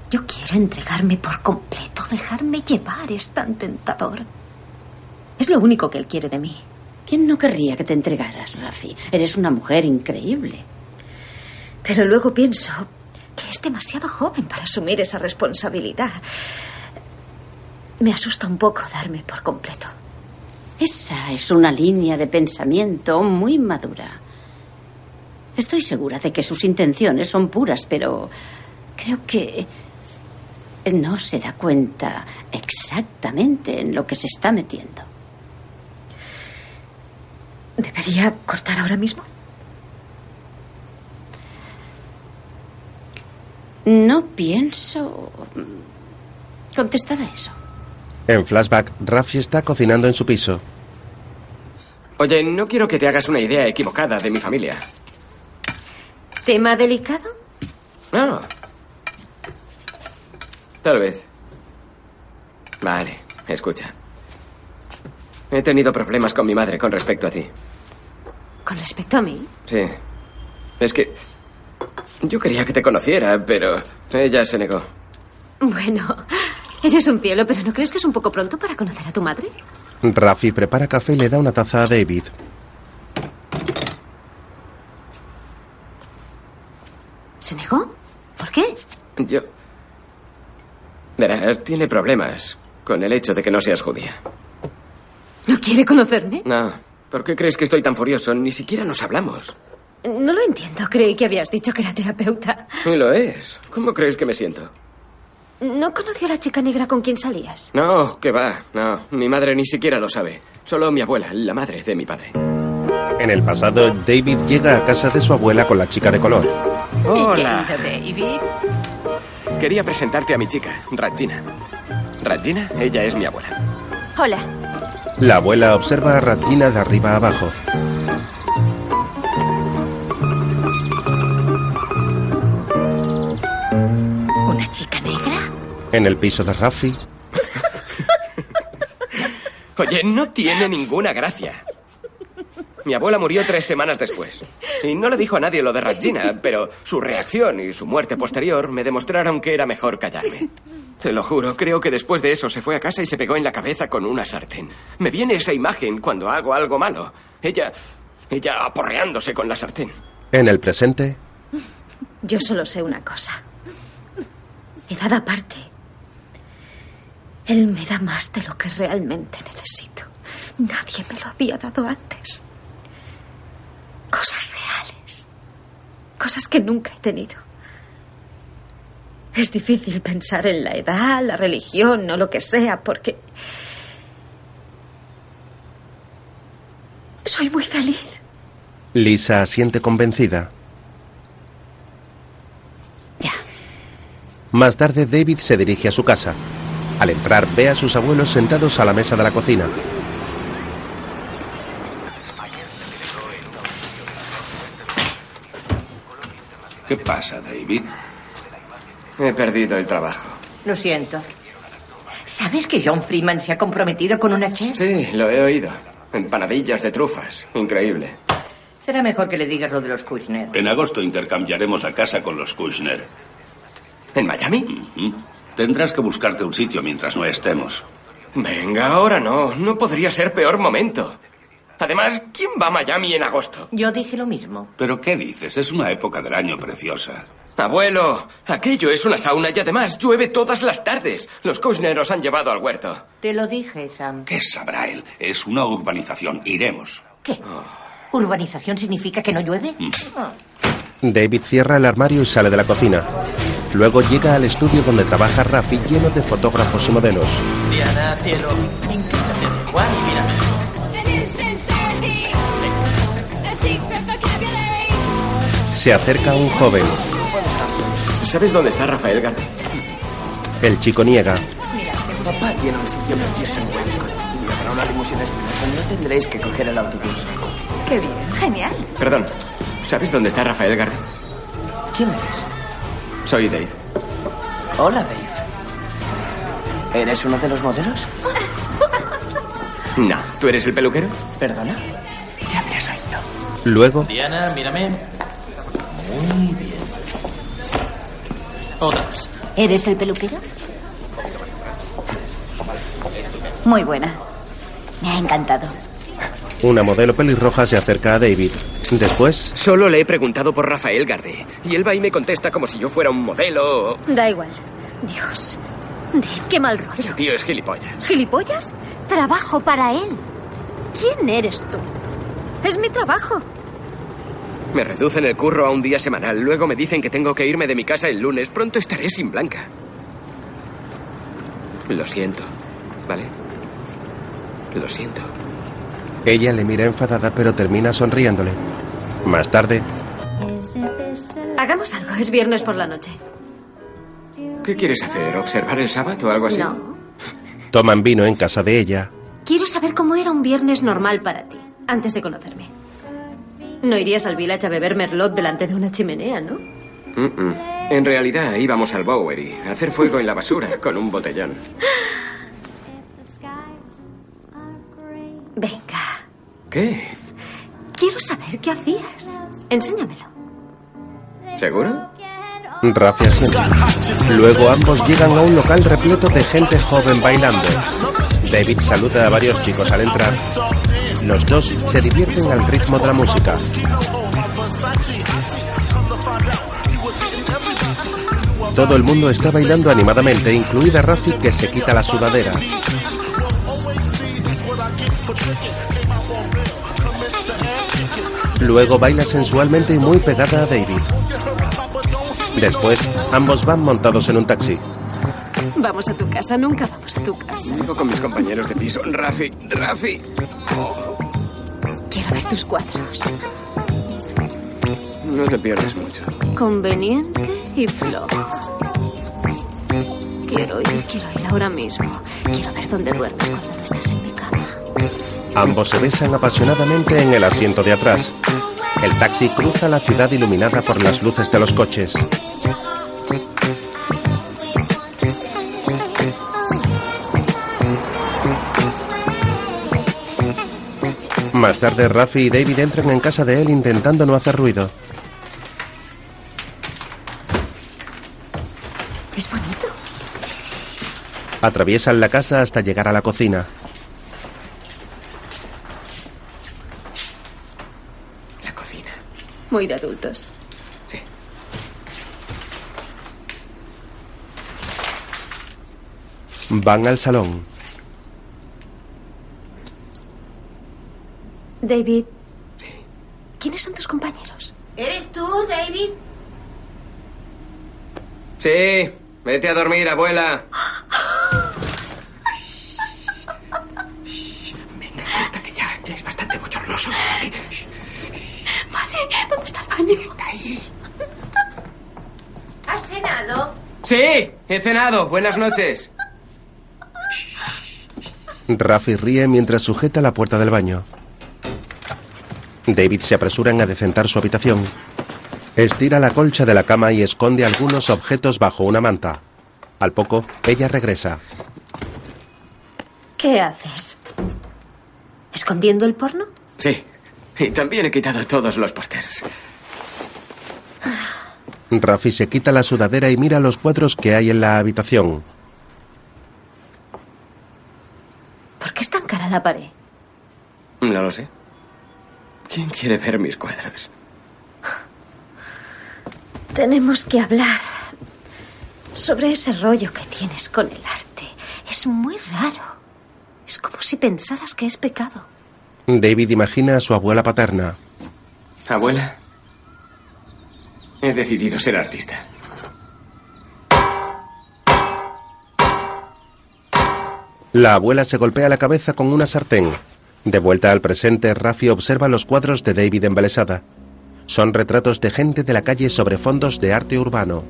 Yo quiero entregarme por completo, dejarme llevar, es tan tentador. Es lo único que él quiere de mí. ¿Quién no querría que te entregaras, Rafi? Eres una mujer increíble. Pero luego pienso que es demasiado joven para asumir esa responsabilidad. Me asusta un poco darme por completo. Esa es una línea de pensamiento muy madura. Estoy segura de que sus intenciones son puras, pero creo que no se da cuenta exactamente en lo que se está metiendo. ¿Debería cortar ahora mismo? No pienso contestar a eso. En flashback, Rafi está cocinando en su piso. Oye, no quiero que te hagas una idea equivocada de mi familia. ¿Tema delicado? No. Tal vez. Vale, escucha. He tenido problemas con mi madre con respecto a ti. ¿Con respecto a mí? Sí. Es que... Yo quería que te conociera, pero ella se negó. Bueno, eres un cielo, pero ¿no crees que es un poco pronto para conocer a tu madre? Rafi prepara café y le da una taza a David. ¿Se negó? ¿Por qué? Yo... Verás, tiene problemas con el hecho de que no seas judía. ¿No quiere conocerme? No. ¿Por qué crees que estoy tan furioso? Ni siquiera nos hablamos. No lo entiendo. Creí que habías dicho que era terapeuta. Y lo es. ¿Cómo crees que me siento? ¿No conoció a la chica negra con quien salías? No, que va. No. Mi madre ni siquiera lo sabe. Solo mi abuela, la madre de mi padre. En el pasado, David llega a casa de su abuela con la chica de color. Hola. David. Quería presentarte a mi chica, Regina. Regina, ella es mi abuela. Hola. La abuela observa a Ratina de arriba a abajo. ¿Una chica negra? En el piso de Rafi. Oye, no tiene ninguna gracia. Mi abuela murió tres semanas después. Y no le dijo a nadie lo de Regina, pero su reacción y su muerte posterior me demostraron que era mejor callarme. Te lo juro, creo que después de eso se fue a casa y se pegó en la cabeza con una sartén. Me viene esa imagen cuando hago algo malo. Ella. ella aporreándose con la sartén. En el presente. Yo solo sé una cosa. Edad aparte. Él me da más de lo que realmente necesito. Nadie me lo había dado antes. Cosas reales. Cosas que nunca he tenido. Es difícil pensar en la edad, la religión o lo que sea, porque... Soy muy feliz. Lisa asiente convencida. Ya. Más tarde, David se dirige a su casa. Al entrar, ve a sus abuelos sentados a la mesa de la cocina. ¿Qué pasa, David? He perdido el trabajo. Lo siento. ¿Sabes que John Freeman se ha comprometido con una chef? Sí, lo he oído. Empanadillas de trufas. Increíble. Será mejor que le digas lo de los Kushner. En agosto intercambiaremos la casa con los Kushner. ¿En Miami? Uh -huh. Tendrás que buscarte un sitio mientras no estemos. Venga, ahora no. No podría ser peor momento. Además, ¿quién va a Miami en agosto? Yo dije lo mismo. ¿Pero qué dices? Es una época del año preciosa. Abuelo, aquello es una sauna y además llueve todas las tardes. Los Kushner nos han llevado al huerto. Te lo dije, Sam. ¿Qué sabrá él? Es una urbanización. Iremos. ¿Qué? ¿Urbanización significa que no llueve? Mm. Oh. David cierra el armario y sale de la cocina. Luego llega al estudio donde trabaja Rafi lleno de fotógrafos y modelos. Diana, cielo, encántate de Juan y mírame. Se acerca un joven. ¿Sabes dónde está Rafael Garde? El chico niega. Papá tiene un sitio los días en Westcott y habrá una limusina expresa. No tendréis que coger el autobús. Qué bien, genial. Perdón, ¿sabes dónde está Rafael Garde? ¿Quién eres? Soy Dave. Hola, Dave. ¿Eres uno de los modelos? No, ¿tú eres el peluquero? Perdona, ya me has oído. Luego. Diana, mírame. Muy bien. Otras. ¿Eres el peluquero? Muy buena. Me ha encantado. Una modelo pelirroja se acerca a David. Después, Solo le he preguntado por Rafael Garde. Y él va y me contesta como si yo fuera un modelo. o- Da igual. Dios. Dave, qué mal rollo. Ese tío es gilipollas. ¿Gilipollas? Trabajo para él. ¿Quién eres tú? Es mi trabajo. Me reducen el curro a un día semanal. Luego me dicen que tengo que irme de mi casa el lunes. Pronto estaré sin Blanca. Lo siento. ¿Vale? Lo siento. ella le mira enfadada pero termina sonriéndole. Más tarde, Hagamos algo, es viernes por la noche. ¿Qué quieres hacer? ¿Observar el sábado o algo así? No. toman vino en casa de ella. Quiero saber cómo era un viernes normal para ti, antes de conocerme. No irías al village a beber merlot delante de una chimenea, ¿no? Mm-mm. En realidad íbamos al Bowery a hacer fuego en la basura con un botellón. Venga, ¿Qué? quiero saber qué hacías. Enséñamelo. ¿Seguro? Rafi asiente. Luego ambos llegan a un local repleto de gente joven bailando. David saluda a varios chicos al entrar. Los dos se divierten al ritmo de la música. Todo el mundo está bailando animadamente, incluida Rafi que se quita la sudadera. Luego baila sensualmente y muy pegada a David. Después, ambos van montados en un taxi. Vamos a tu casa, nunca vamos a tu casa. Sigo con mis compañeros de piso. Rafi, Rafi. Quiero ver tus cuadros. No te pierdes mucho. Conveniente y flojo. Quiero ir, quiero ir ahora mismo. Quiero ver dónde duermes cuando no estás en mi cama. Ambos se besan apasionadamente en el asiento de atrás. El taxi cruza la ciudad iluminada por las luces de los coches. Más tarde, Rafi y David entran en casa de él intentando no hacer ruido. Es bonito. Atraviesan la casa hasta llegar a la cocina. La cocina. Muy de adultos. Van al salón. David. ¿Quiénes son tus compañeros? ¿Eres tú, David? Sí, vete a dormir, abuela. Ya es bastante bochornoso. Vale, ¿dónde está el baño? Está ahí. ¿Has cenado? Sí, he cenado. Buenas noches. Rafi ríe mientras sujeta la puerta del baño. David se apresura en adecentar su habitación. Estira la colcha de la cama y esconde algunos objetos bajo una manta. Al poco, ella regresa. ¿Qué haces? ¿Escondiendo el porno? Sí. Y también he quitado todos los pósters. Rafi se quita la sudadera y mira los cuadros que hay en la habitación. ¿Por qué es tan cara la pared? No lo sé. ¿Quién quiere ver mis cuadros? Tenemos que hablar sobre ese rollo que tienes con el arte. Es muy raro. Es como si pensaras que es pecado. David imagina a su abuela paterna. Abuela, he decidido ser artista. La abuela se golpea la cabeza con una sartén. De vuelta al presente, Rafi observa los cuadros de David embelesada. Son retratos de gente de la calle sobre fondos de arte urbano.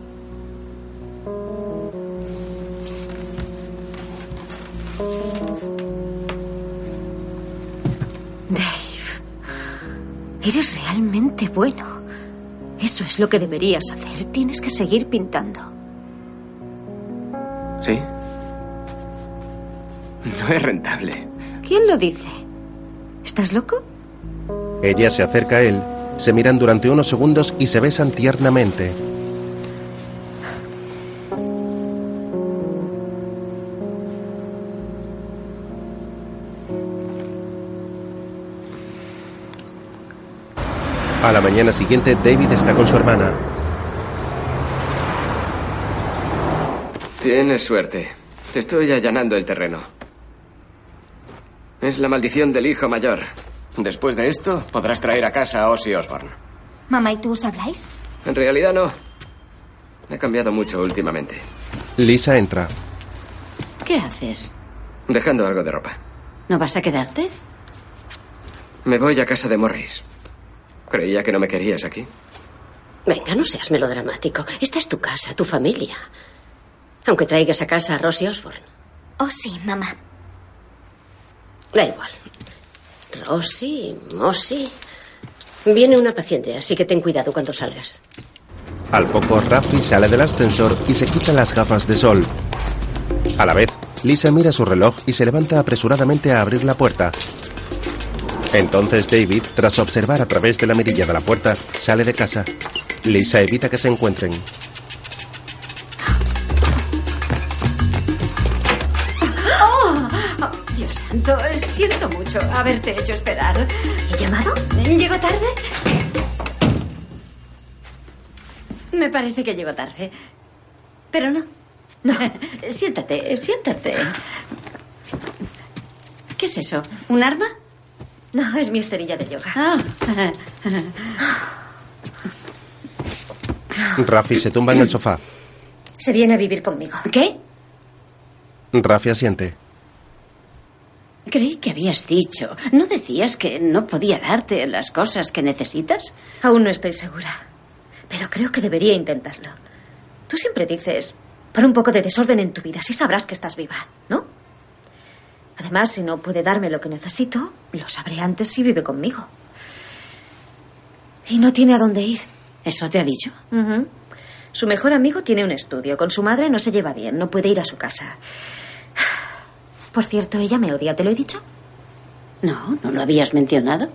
Dave, eres realmente bueno. Eso es lo que deberías hacer. Tienes que seguir pintando. ¿Sí? No es rentable. ¿Quién lo dice? ¿Estás loco? Ella se acerca a él, se miran durante unos segundos y se besan tiernamente. A la mañana siguiente, David está con su hermana. Tienes suerte. Te estoy allanando el terreno. Es la maldición del hijo mayor. Después de esto, podrás traer a casa a Ozzy Osbourne. Mamá, ¿y tú os habláis? En realidad no. He cambiado mucho últimamente. Lisa entra. ¿Qué haces? Dejando algo de ropa. ¿No vas a quedarte? Me voy a casa de Morris. Creía que no me querías aquí. Venga, no seas melodramático. Esta es tu casa, tu familia. Aunque traigas a casa a Rosie Osborne. Oh, sí, mamá. Da igual. Rosie, Mossy. Viene una paciente, así que ten cuidado cuando salgas. Al poco, Rafi sale del ascensor y se quita las gafas de sol. A la vez, Lisa mira su reloj y se levanta apresuradamente a abrir la puerta. Entonces David, tras observar a través de la mirilla de la puerta, sale de casa. Lisa evita que se encuentren. Dios santo, siento mucho haberte hecho esperar. ¿He llamado? ¿Llego tarde? Me parece que llego tarde. Pero no. No. siéntate, siéntate. ¿Qué es eso? ¿Un arma? No, es mi esterilla de yoga. Ah. Rafi se tumba en el sofá. Se viene a vivir conmigo. ¿Qué? Rafi asiente. Creí que habías dicho. ¿No decías que no podía darte las cosas que necesitas? Aún no estoy segura. Pero creo que debería intentarlo. Tú siempre dices, pon un poco de desorden en tu vida, así sabrás que estás viva, ¿no? Además, si no puede darme lo que necesito, lo sabré antes si vive conmigo. Y no tiene a dónde ir. ¿Eso te ha dicho? Uh -huh. Su mejor amigo tiene un estudio. Con su madre no se lleva bien, no puede ir a su casa. Por cierto, ella me odia, ¿te lo he dicho? No, no lo habías mencionado.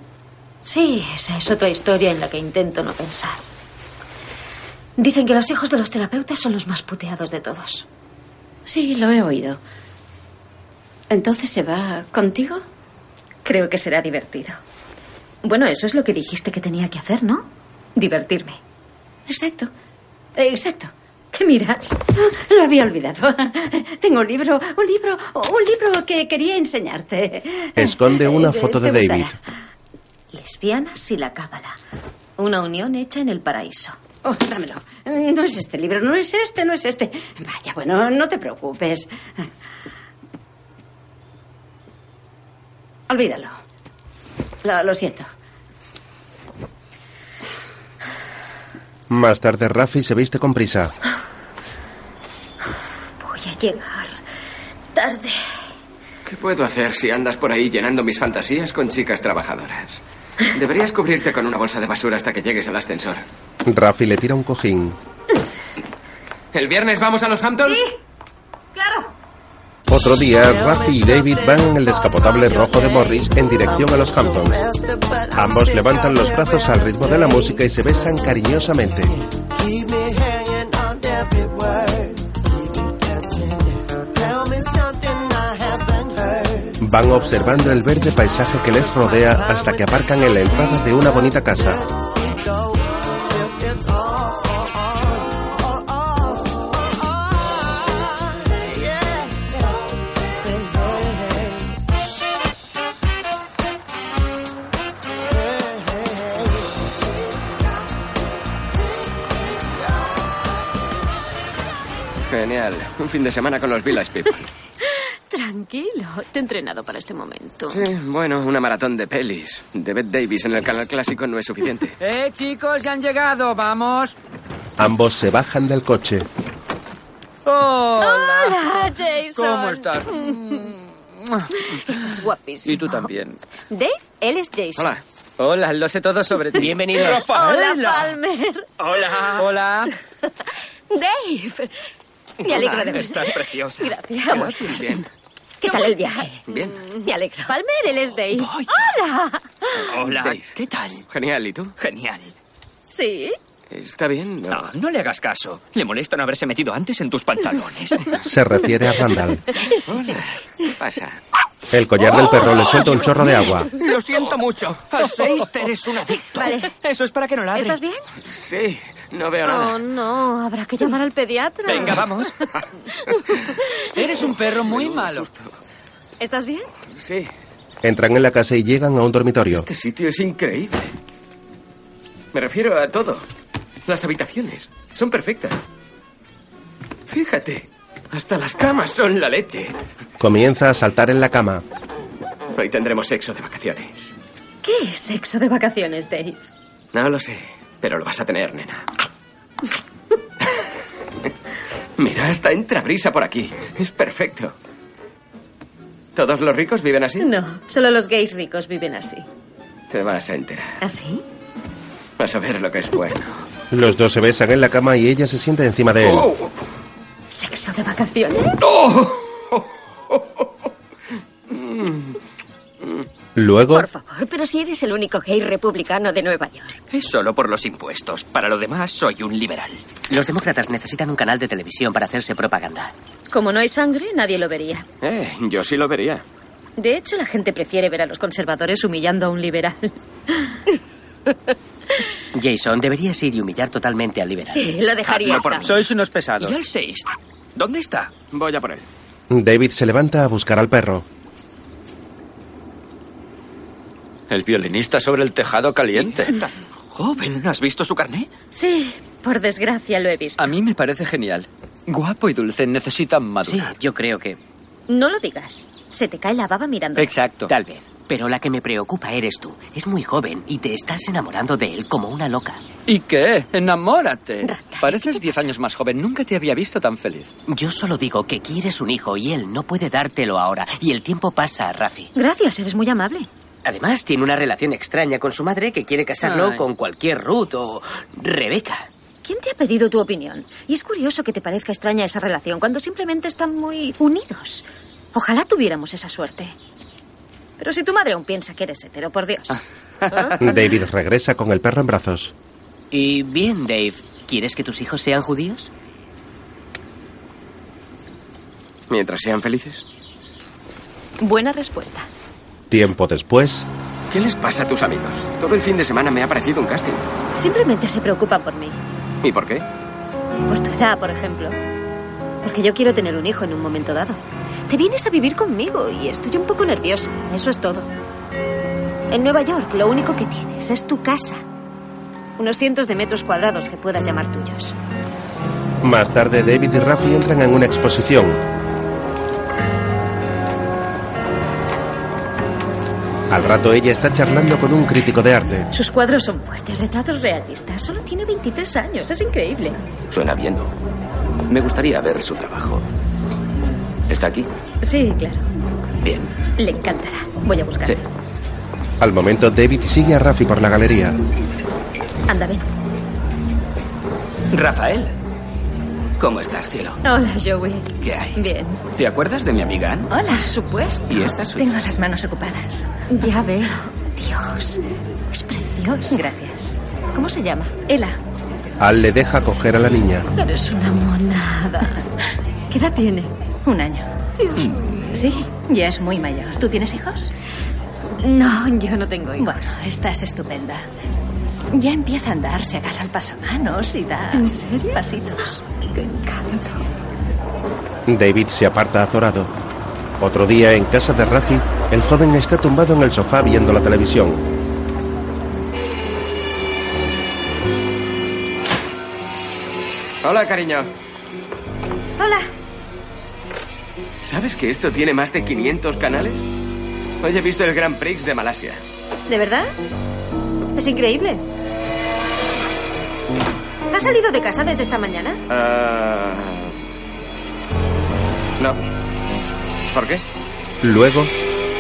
Sí, esa es otra historia en la que intento no pensar. Dicen que los hijos de los terapeutas son los más puteados de todos. Sí, lo he oído. ¿Entonces se va contigo? Creo que será divertido. Bueno, eso es lo que dijiste que tenía que hacer, ¿no? Divertirme. Exacto. Exacto. ¿Qué miras? Lo había olvidado. Tengo un libro, un libro, un libro que quería enseñarte. Eh, Esconde una foto de David. Lesbianas y la cábala. Una unión hecha en el paraíso. Oh, dámelo. No es este libro, no es este, no es este. Vaya, bueno, no te preocupes. Olvídalo. Lo, lo siento. Más tarde, Rafi se viste con prisa. Voy a llegar tarde. ¿Qué puedo hacer si andas por ahí llenando mis fantasías con chicas trabajadoras? Deberías cubrirte con una bolsa de basura hasta que llegues al ascensor. Rafi le tira un cojín. ¿El viernes vamos a los Hamptons? Sí, claro. Otro día, Rafi y David van en el descapotable rojo de Morris en dirección a los Hamptons. Ambos levantan los brazos al ritmo de la música y se besan cariñosamente. Van observando el verde paisaje que les rodea hasta que aparcan en la entrada de una bonita casa. Genial. Un fin de semana con los Village People. Tranquilo, te he entrenado para este momento. Sí, bueno, una maratón de pelis. De Bette Davis en el canal clásico no es suficiente. ¡Eh, chicos, ya han llegado! ¡Vamos! Ambos se bajan del coche. ¡Hola! Hola, Jason. ¿Cómo estás? Estás guapísimo. Y tú también. Oh, Dave, él es Jason. Hola. Hola, lo sé todo sobre ti. Bienvenidos. Hola, Palmer. Hola. Hola. Dave. Me alegro Hola, de verte. Estás preciosa. Gracias. Bien. ¿Qué tal el viaje? Bien. Me alegro. Palmer, él es Dave. Voy. ¡Hola! Hola. Dave. ¿Qué tal? Genial, ¿y tú? Genial. ¿Sí? ¿Está bien? No. No, no le hagas caso. Le molesta no haberse metido antes en tus pantalones. Se refiere a Randall. Pasa. El collar del perro le suelta un chorro de agua. Lo siento mucho. Al Seister es un adicto. Oh. Vale. Eso es para que no ladre. ¿Estás bien? Sí, no veo Oh, nada. no. Habrá que llamar al pediatra. Venga, vamos. Eres un perro muy malo. ¿Estás bien? Sí. Entran en la casa y llegan a un dormitorio. Este sitio es increíble. Me refiero a todo. Las habitaciones son perfectas. Fíjate, hasta las camas son la leche. Comienza a saltar en la cama. Hoy tendremos sexo de vacaciones. ¿Qué es sexo de vacaciones, Dave? No lo sé, pero lo vas a tener, nena. Mira, hasta entra brisa por aquí. Es perfecto. ¿Todos los ricos viven así? No, solo los gays ricos viven así. Te vas a enterar. ¿Ah, ¿Así? Vas a ver lo que es bueno. Los dos se besan en la cama y ella se sienta encima de él. Oh. ¿Sexo de vacaciones? Luego, Por favor, pero si eres el único gay republicano de Nueva York. Es solo por los impuestos. Para lo demás, soy un liberal. Los demócratas necesitan un canal de televisión para hacerse propaganda. Como no hay sangre, nadie lo vería. Eh, yo sí lo vería. De hecho, la gente prefiere ver a los conservadores humillando a un liberal. Jason, deberías ir y humillar totalmente al liberal. Sí, lo Ah, dejaría Hazlo por estar. mí. Sois unos pesados. ¿Y el 6? ¿Dónde está? Voy a por él. David se levanta a buscar al perro. El violinista sobre el tejado caliente. Joven, ¿has visto su carné? Sí, por desgracia lo he visto. A mí me parece genial. Guapo y dulce, necesitan madurar. Sí, yo creo que. No lo digas. Se te cae la baba mirando. Exacto. Tal vez. Pero la que me preocupa eres tú. Es muy joven y te estás enamorando de él como una loca. ¿Y qué? Enamórate. Pareces 10 años más joven. Nunca te había visto tan feliz. Yo solo digo que quieres un hijo y él no puede dártelo ahora. Y el tiempo pasa, Rafi. Gracias, eres muy amable. Además, tiene una relación extraña con su madre que quiere casarlo Ay. con cualquier Ruth o Rebeca. ¿Quién te ha pedido tu opinión? Y es curioso que te parezca extraña esa relación cuando simplemente están muy unidos. Ojalá tuviéramos esa suerte. Pero si tu madre aún piensa que eres hetero, por Ah. Dios. David regresa con el perro en brazos. Y bien, Dave, ¿quieres que tus hijos sean judíos? Mientras sean felices. Buena respuesta. Tiempo después, ¿Qué les pasa a tus amigos? Todo el fin de semana me ha parecido un casting. Simplemente se preocupan por mí. ¿Y por qué? Por tu edad, por ejemplo. Porque yo quiero tener un hijo en un momento dado. Te vienes a vivir conmigo y estoy un poco nerviosa, eso es todo. En Nueva York lo único que tienes es tu casa. Unos cientos de metros cuadrados que puedas llamar tuyos. más tarde David y Rafi entran en una exposición. Al rato ella está charlando con un crítico de arte. Sus cuadros son fuertes, retratos realistas. Solo tiene 23 años, es increíble. Suena bien. Me gustaría ver su trabajo. ¿Está aquí? Sí, claro. Bien. Le encantará. Voy a buscarlo. Al momento David sigue a Rafi por la galería. Anda, ven. Rafael. ¿Cómo estás, cielo? Hola, Joey. ¿Qué hay? Bien. ¿Te acuerdas de mi amiga Ann? Hola. Por supuesto. ¿Y esta es suya? Tengo las manos ocupadas. Ya veo. Dios, es precioso. Gracias. ¿Cómo se llama? Ela. Al le deja coger a la niña. Eres una monada. ¿Qué edad tiene? Un año. Sí, ya es muy mayor. ¿Tú tienes hijos? No, yo no tengo hijos. Bueno, estás estupenda. Ya empieza a andar, se agarra al pasamanos y da ¿En serio? pasitos. ¡Qué encanto! David se aparta azorado. Otro día, en casa de Rafi, el joven está tumbado en el sofá viendo la televisión. Hola, cariño. Hola. ¿Sabes que esto tiene más de 500 canales? Hoy he visto el Grand Prix de Malasia. ¿De verdad? Es increíble. ¿Ha salido de casa desde esta mañana? Ah, No. ¿Por qué? Luego,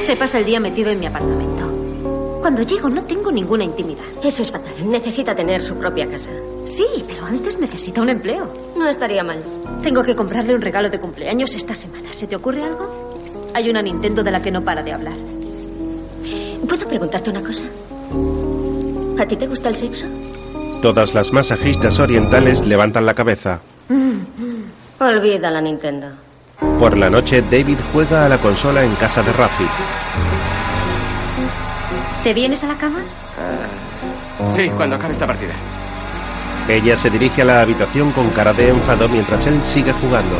Se pasa el día metido en mi apartamento. Cuando llego no tengo ninguna intimidad. Eso es fatal. Necesita tener su propia casa. Sí, pero antes necesita un empleo. No estaría mal. Tengo que comprarle un regalo de cumpleaños esta semana. ¿Se te ocurre algo? Hay una Nintendo de la que no para de hablar. ¿Puedo preguntarte una cosa? ¿A ti te gusta el sexo? todas las masajistas orientales levantan la cabeza. Olvida la Nintendo. Por la noche, David juega a la consola en casa de Rafi. ¿Te vienes a la cama? Sí, cuando acabe esta partida. Ella se dirige a la habitación con cara de enfado mientras él sigue jugando.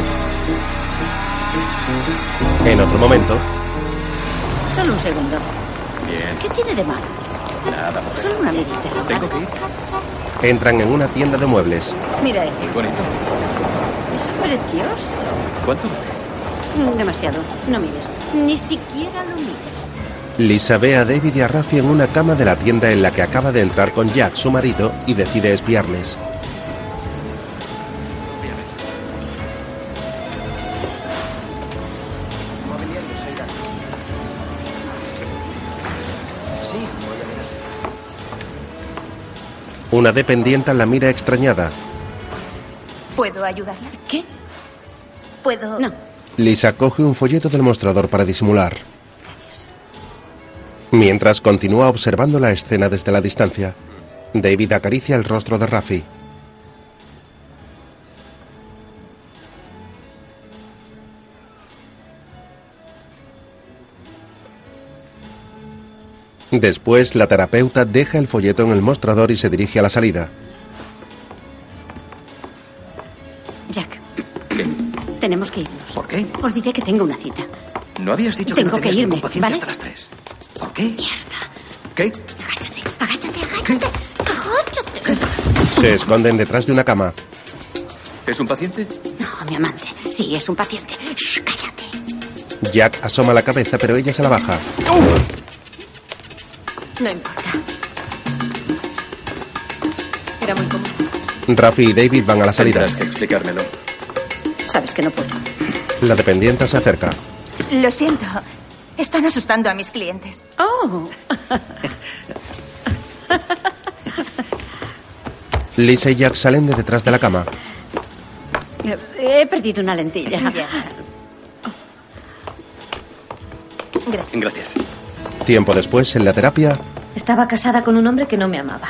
En otro momento, Solo un segundo. Bien. ¿Qué tiene de malo? Nada, mujer. Solo una medita. Tengo que ir. entran en una tienda de muebles. Mira esto. Muy bonito. Es precioso. ¿Cuánto? Mm, Demasiado. No mires. Ni siquiera lo mires. Lisa ve a David y a Rafi en una cama de la tienda en la que acaba de entrar con Jack, su marido, y decide espiarles. Sí, voy a mirar. Una dependienta la mira extrañada. ¿Puedo ayudarla? ¿Qué? ¿Puedo...? No. Lisa coge un folleto del mostrador para disimular. Mientras continúa observando la escena desde la distancia, David acaricia el rostro de Rafi. Después, la terapeuta deja el folleto en el mostrador y se dirige a la salida. Jack. Tenemos que irnos. ¿Por qué? Olvidé que tengo una cita. ¿No habías dicho que Tengo no que tenías irme, ningún paciente ¿vale? hasta las tres? ¿Por qué? Mierda. ¿Qué? Se esconden detrás de una cama. ¿Es un paciente? No, mi amante. Sí, es un paciente. Shh, calla. Jack asoma la cabeza, pero ella se la baja. No importa. Era muy cómodo. Rafi y David van a la salida. Tendrás que explicármelo. Sabes que no puedo. La dependienta se acerca. Lo siento. Están asustando a mis clientes. Oh. Lisa y Jack salen de detrás de la cama. He perdido una lentilla. Gracias. Tiempo después, en la terapia, Estaba casada con un hombre que no me amaba.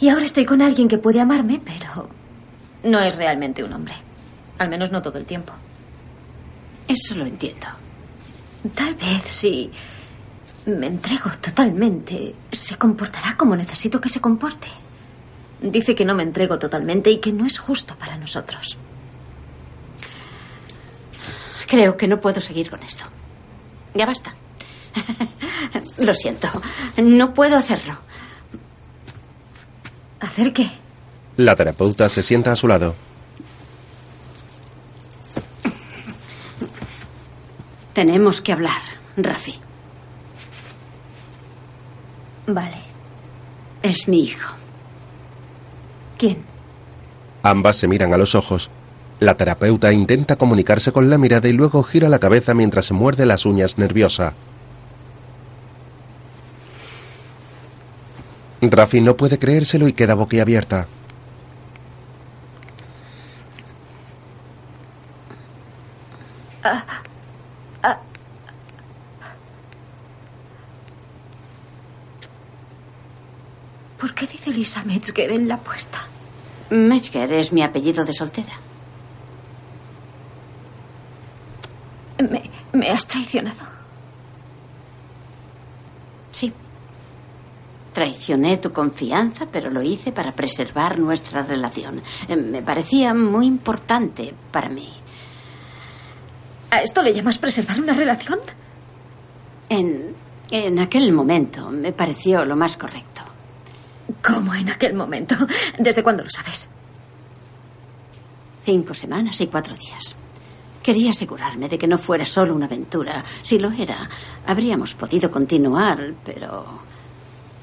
Y ahora estoy con alguien que puede amarme, pero no es realmente un hombre. Al menos no todo el tiempo. Eso lo entiendo. Tal vez si me entrego totalmente, se comportará como necesito que se comporte. Dice que no me entrego totalmente y que no es justo para nosotros. Creo que no puedo seguir con esto. Ya basta. Lo siento. No puedo hacerlo. ¿Hacer qué? la terapeuta se sienta a su lado. Tenemos que hablar, Rafi. Vale. Es mi hijo. ¿Quién? Ambas se miran a los ojos. La terapeuta intenta comunicarse con la mirada y luego gira la cabeza mientras se muerde las uñas nerviosa. Rafi no puede creérselo y queda boquiabierta. ¿Por qué dice Lisa Metzger en la puerta? Metzger es mi apellido de soltera. Me, me has traicionado. Sí. Traicioné tu confianza, pero lo hice para preservar nuestra relación. Eh, Me parecía muy importante para mí. ¿A esto le llamas preservar una relación? En, en aquel momento me pareció lo más correcto. ¿Cómo en aquel momento? ¿Desde cuándo lo sabes? Cinco semanas y cuatro días. Quería asegurarme de que no fuera solo una aventura. Si lo era, habríamos podido continuar, pero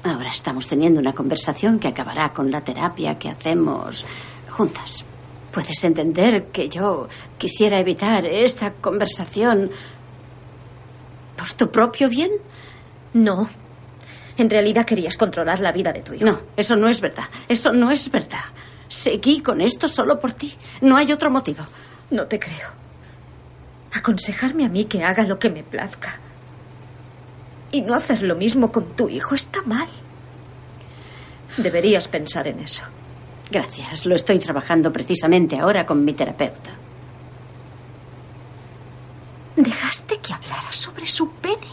ahora estamos teniendo una conversación que acabará con la terapia que hacemos juntas. Puedes entender que yo quisiera evitar esta conversación por tu propio bien. No. En realidad querías controlar la vida de tu hijo. No, eso no es verdad. Eso no es verdad. Seguí con esto solo por ti. No hay otro motivo. No te creo. Aconsejarme a mí que haga lo que me plazca. Y no hacer lo mismo con tu hijo está mal. Deberías pensar en eso. Gracias, lo estoy trabajando precisamente ahora con mi terapeuta. que hablara sobre su pene.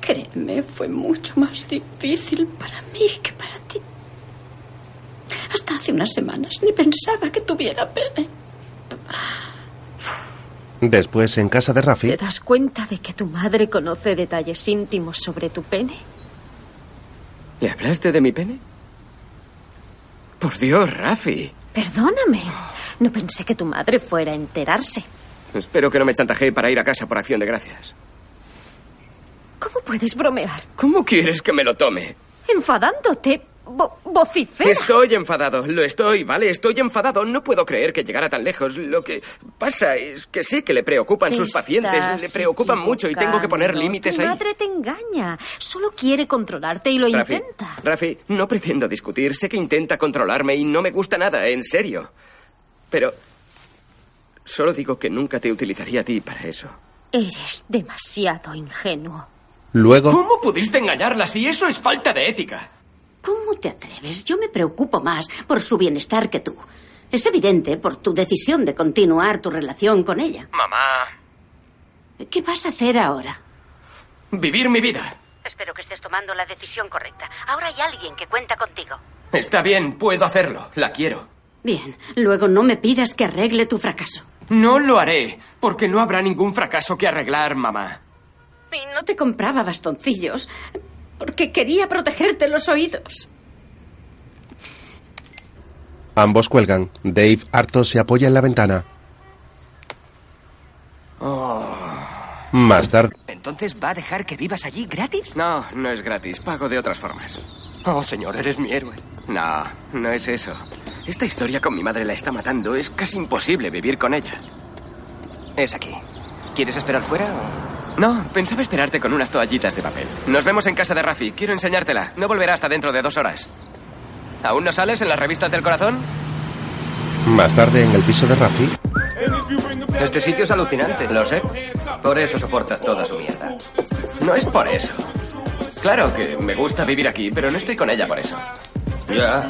Créeme, fue mucho más difícil para mí que para ti. Hasta hace unas semanas ni pensaba que tuviera pene. Después, en casa de Rafi, ¿Te das cuenta de que tu madre conoce detalles íntimos sobre tu pene? ¿Le hablaste de mi pene? Por Dios, Rafi. Perdóname. No pensé que tu madre fuera a enterarse. Espero que no me chantajee para ir a casa por acción de gracias. ¿Cómo puedes bromear? ¿Cómo quieres que me lo tome? Enfadándote. Bo vocifera. Estoy enfadado, lo estoy, ¿vale? Estoy enfadado. No puedo creer que llegara tan lejos. Lo que pasa es que sé que le preocupan Te sus pacientes, le estás preocupan mucho y tengo que poner equivocando. límites Tu ahí. madre te engaña. Solo quiere controlarte y lo Rafi, intenta. Rafi, no pretendo discutir. Sé que intenta controlarme y no me gusta nada, en serio. Pero solo digo que nunca te utilizaría a ti para eso. Eres demasiado ingenuo. luego. ¿Cómo pudiste engañarla si eso es falta de ética? ¿Cómo te atreves? Yo me preocupo más por su bienestar que tú. Es evidente por tu decisión de continuar tu relación con ella. Mamá. ¿Qué vas a hacer ahora? Vivir mi vida. Espero que estés tomando la decisión correcta. Ahora hay alguien que cuenta contigo. Está bien, puedo hacerlo. La quiero. Bien, luego no me pidas que arregle tu fracaso. No lo haré, porque no habrá ningún fracaso que arreglar, mamá. Y no te compraba bastoncillos porque quería protegerte los oídos. Ambos cuelgan. Dave, harto, se apoya en la ventana. Más tarde, ¿Entonces va a dejar que vivas allí gratis? No, no es gratis. Pago de otras formas. Oh, señor, eres mi héroe. No, no es eso. Esta historia con mi madre la está matando. Es casi imposible vivir con ella. Es aquí. ¿Quieres esperar fuera o...? No, pensaba esperarte con unas toallitas de papel. Nos vemos en casa de Rafi. Quiero enseñártela. No volverá hasta dentro de dos horas. ¿Aún no sales en las revistas del corazón? más tarde en el piso de Rafi, Este sitio es alucinante. Lo sé. Por eso soportas toda su mierda. No es por eso. Claro que me gusta vivir aquí, pero no estoy con ella por eso. Ya.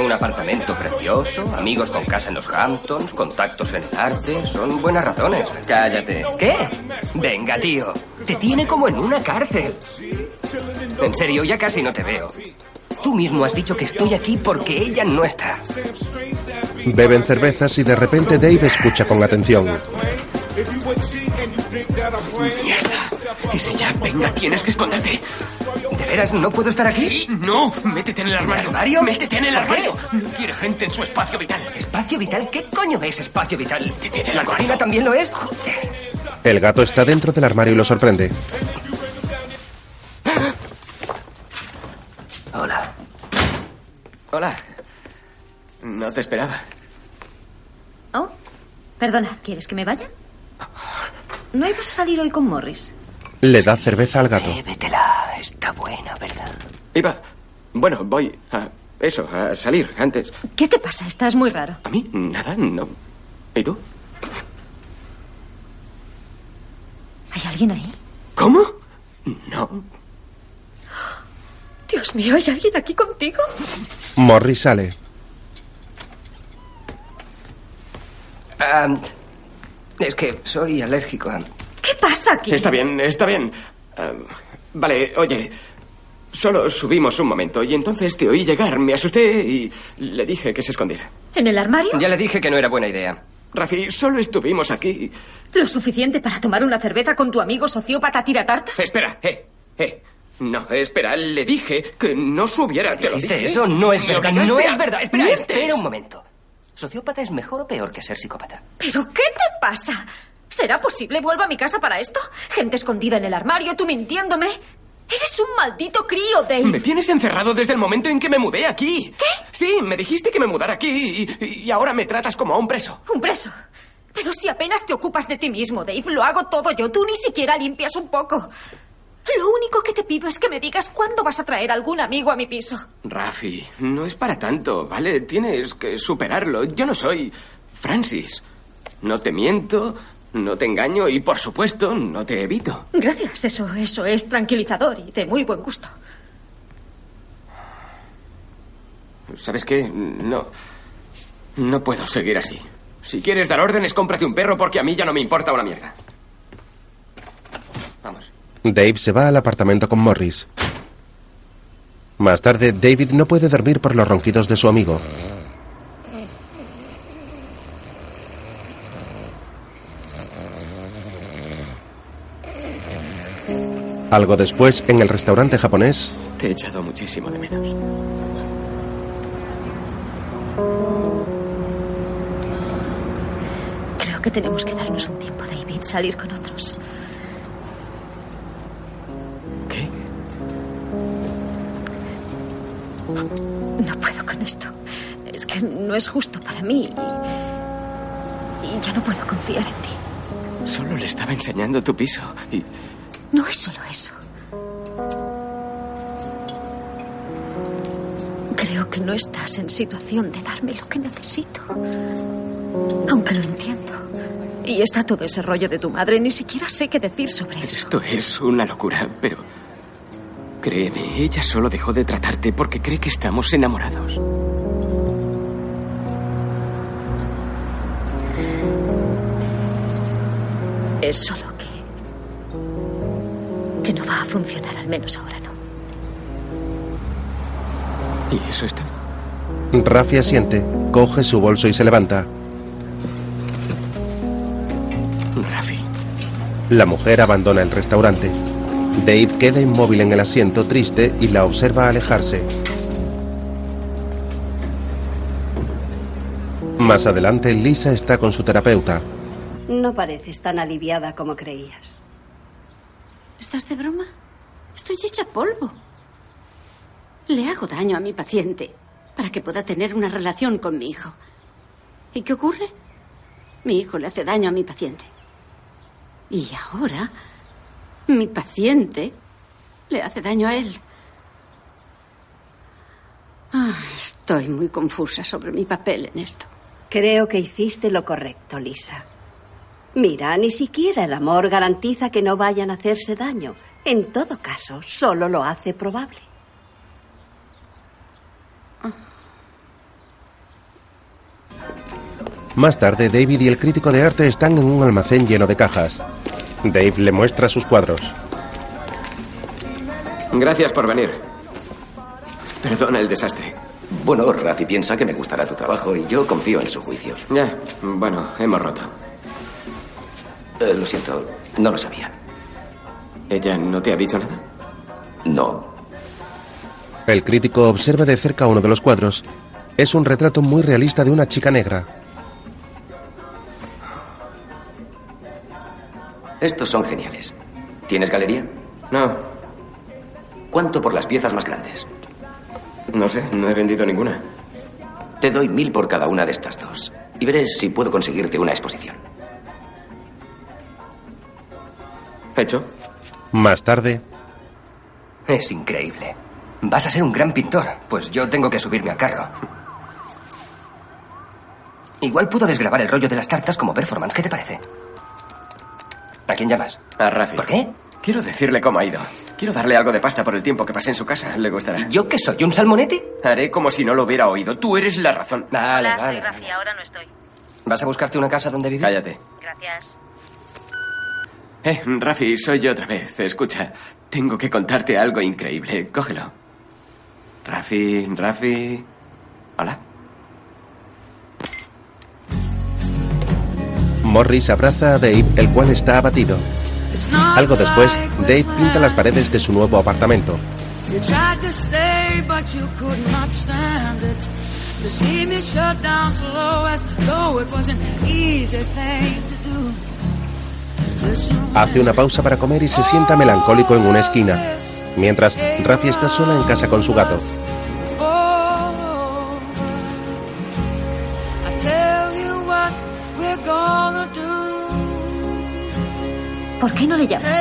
Un apartamento precioso, amigos con casa en los Hamptons, contactos en el arte. Son buenas razones. Cállate. ¿Qué? Venga, tío. Te tiene como en una cárcel. En serio, ya casi no te veo. Tú mismo has dicho que estoy aquí porque ella no está. beben cervezas y de repente Dave escucha con atención. ¡Mierda! Ese ya, venga, tienes que esconderte. ¿De veras no puedo estar aquí? no, métete en el armario. Métete en el ¿Por qué? armario. No quiere gente en su espacio vital. ¿Espacio vital? ¿Qué coño es espacio vital? ¿La cocina también lo es? Joder. El gato está dentro del armario y lo sorprende. Hola. Hola. No te esperaba. Oh, perdona, ¿quieres que me vaya? ¿No ibas a salir hoy con Morris? Le da cerveza al gato. Bébetela. Está buena, ¿verdad? Iba. Bueno, voy a. Eso, a salir antes. ¿Qué te pasa? Estás muy raro. A mí, nada, no. ¿Y tú? ¿Hay alguien ahí? ¿Cómo? No. Dios mío, ¿hay alguien aquí contigo? Morris sale. Ah, es que soy alérgico a... ¿Qué pasa aquí? Está bien, está bien. Ah, vale, oye. Solo subimos un momento y entonces te oí llegar, me asusté y le dije que se escondiera. ¿En el armario? Ya le dije que no era buena idea. Rafi, solo estuvimos aquí. ¿Lo suficiente para tomar una cerveza con tu amigo sociópata tiratartas? Espera, eh, eh. No, espera, le dije que no subiera, te lo ¿Viste dije. eso? No es Me verdad, obligaste no a- es verdad. Espera, ¡Mientes! espera un momento. ¿Sociópata es mejor o peor que ser psicópata? ¿Pero qué te pasa? ¿Será posible vuelva a mi casa para esto? Gente escondida en el armario, tú mintiéndome. Eres un maldito crío, Dave. Me tienes encerrado desde el momento en que me mudé aquí. ¿Qué? Sí, me dijiste que me mudara aquí y, y ahora me tratas como a un preso. Un preso. Pero si apenas te ocupas de ti mismo, Dave, lo hago todo yo. Tú ni siquiera limpias un poco. Lo único que te pido es que me digas cuándo vas a traer algún amigo a mi piso. Rafi, no es para tanto, ¿vale? Tienes que superarlo. Yo no soy Francis. No te miento, no te engaño y, por supuesto, no te evito. Gracias, eso, eso es tranquilizador y de muy buen gusto. ¿Sabes qué? No. No puedo seguir así. Si quieres dar órdenes, cómprate un perro porque a mí ya no me importa una mierda. Dave se va al apartamento con Morris. Más tarde, David no puede dormir por los ronquidos de su amigo. Algo después, en el restaurante japonés, Te he echado muchísimo de menos. Creo que tenemos que darnos un tiempo, David, salir con otros. ¿Qué? No puedo con esto. Es que no es justo para mí. Y, y ya no puedo confiar en ti. Solo le estaba enseñando tu piso y No es solo eso. Creo que no estás en situación de darme lo que necesito. Aunque lo entiendo. Y está todo ese rollo de tu madre. Ni siquiera sé qué decir sobre eso. esto es una locura, pero... Créeme, ella solo dejó de tratarte porque cree que estamos enamorados. Es solo que. que no va a funcionar, al menos ahora no. ¿Y eso es todo? Rafi asiente, coge su bolso y se levanta. Rafi. La mujer abandona el restaurante. Dave queda inmóvil en el asiento triste y la observa alejarse. Más adelante, Lisa está con su terapeuta. No pareces tan aliviada como creías. ¿Estás de broma? Estoy hecha polvo. Le hago daño a mi paciente para que pueda tener una relación con mi hijo. ¿Y qué ocurre? Mi hijo le hace daño a mi paciente. Y ahora mi paciente le hace daño a él. Ah, estoy muy confusa sobre mi papel en esto. Creo que hiciste lo correcto, Lisa. Mira, ni siquiera el amor garantiza que no vayan a hacerse daño. En todo caso, solo lo hace probable. Más tarde, David y el crítico de arte están en un almacén lleno de cajas. Dave le muestra sus cuadros. Gracias por venir. Perdona el desastre. Bueno, Rafi piensa que me gustará tu trabajo y yo confío en su juicio. Ya, bueno, hemos roto. Eh, lo siento, no lo sabía. ¿Ella no te ha dicho nada? No. El crítico observa de cerca uno de los cuadros. Es un retrato muy realista de una chica negra. Estos son geniales. ¿Tienes galería? No, ¿Cuánto por las piezas más grandes? no sé, no he vendido ninguna. Te doy mil por cada una de estas dos. Y veré si puedo conseguirte una exposición. ¿Hecho? Más tarde, Es increíble. Vas a ser un gran pintor, pues yo tengo que subirme al carro. Igual puedo desgrabar el rollo de las cartas como performance, ¿qué te parece? ¿A quién llamas? A Rafi. ¿Por qué? Quiero decirle cómo ha ido. Quiero darle algo de pasta por el tiempo que pasé en su casa. Le gustará. ¿Yo qué soy? ¿Un salmonete? Haré como si no lo hubiera oído. Tú eres la razón. Vale, Hola, soy vale. Rafi, ahora no estoy. ¿Vas a buscarte una casa donde vivir? Cállate. Gracias. Eh, Rafi, soy yo otra vez. Escucha, tengo que contarte algo increíble. Cógelo. Rafi, Rafi. Hola. Morris abraza a Dave, el cual está abatido. Algo después, Dave pinta las paredes de su nuevo apartamento. You tried to stay, but you could not stand it. To see me shut down slow as though it was an easy thing to do. Hace una pausa para comer y se sienta melancólico en una esquina. Mientras, Rafi está sola en casa con su gato. Oh, I tell you what we're gonna ¿Por qué no le llamas?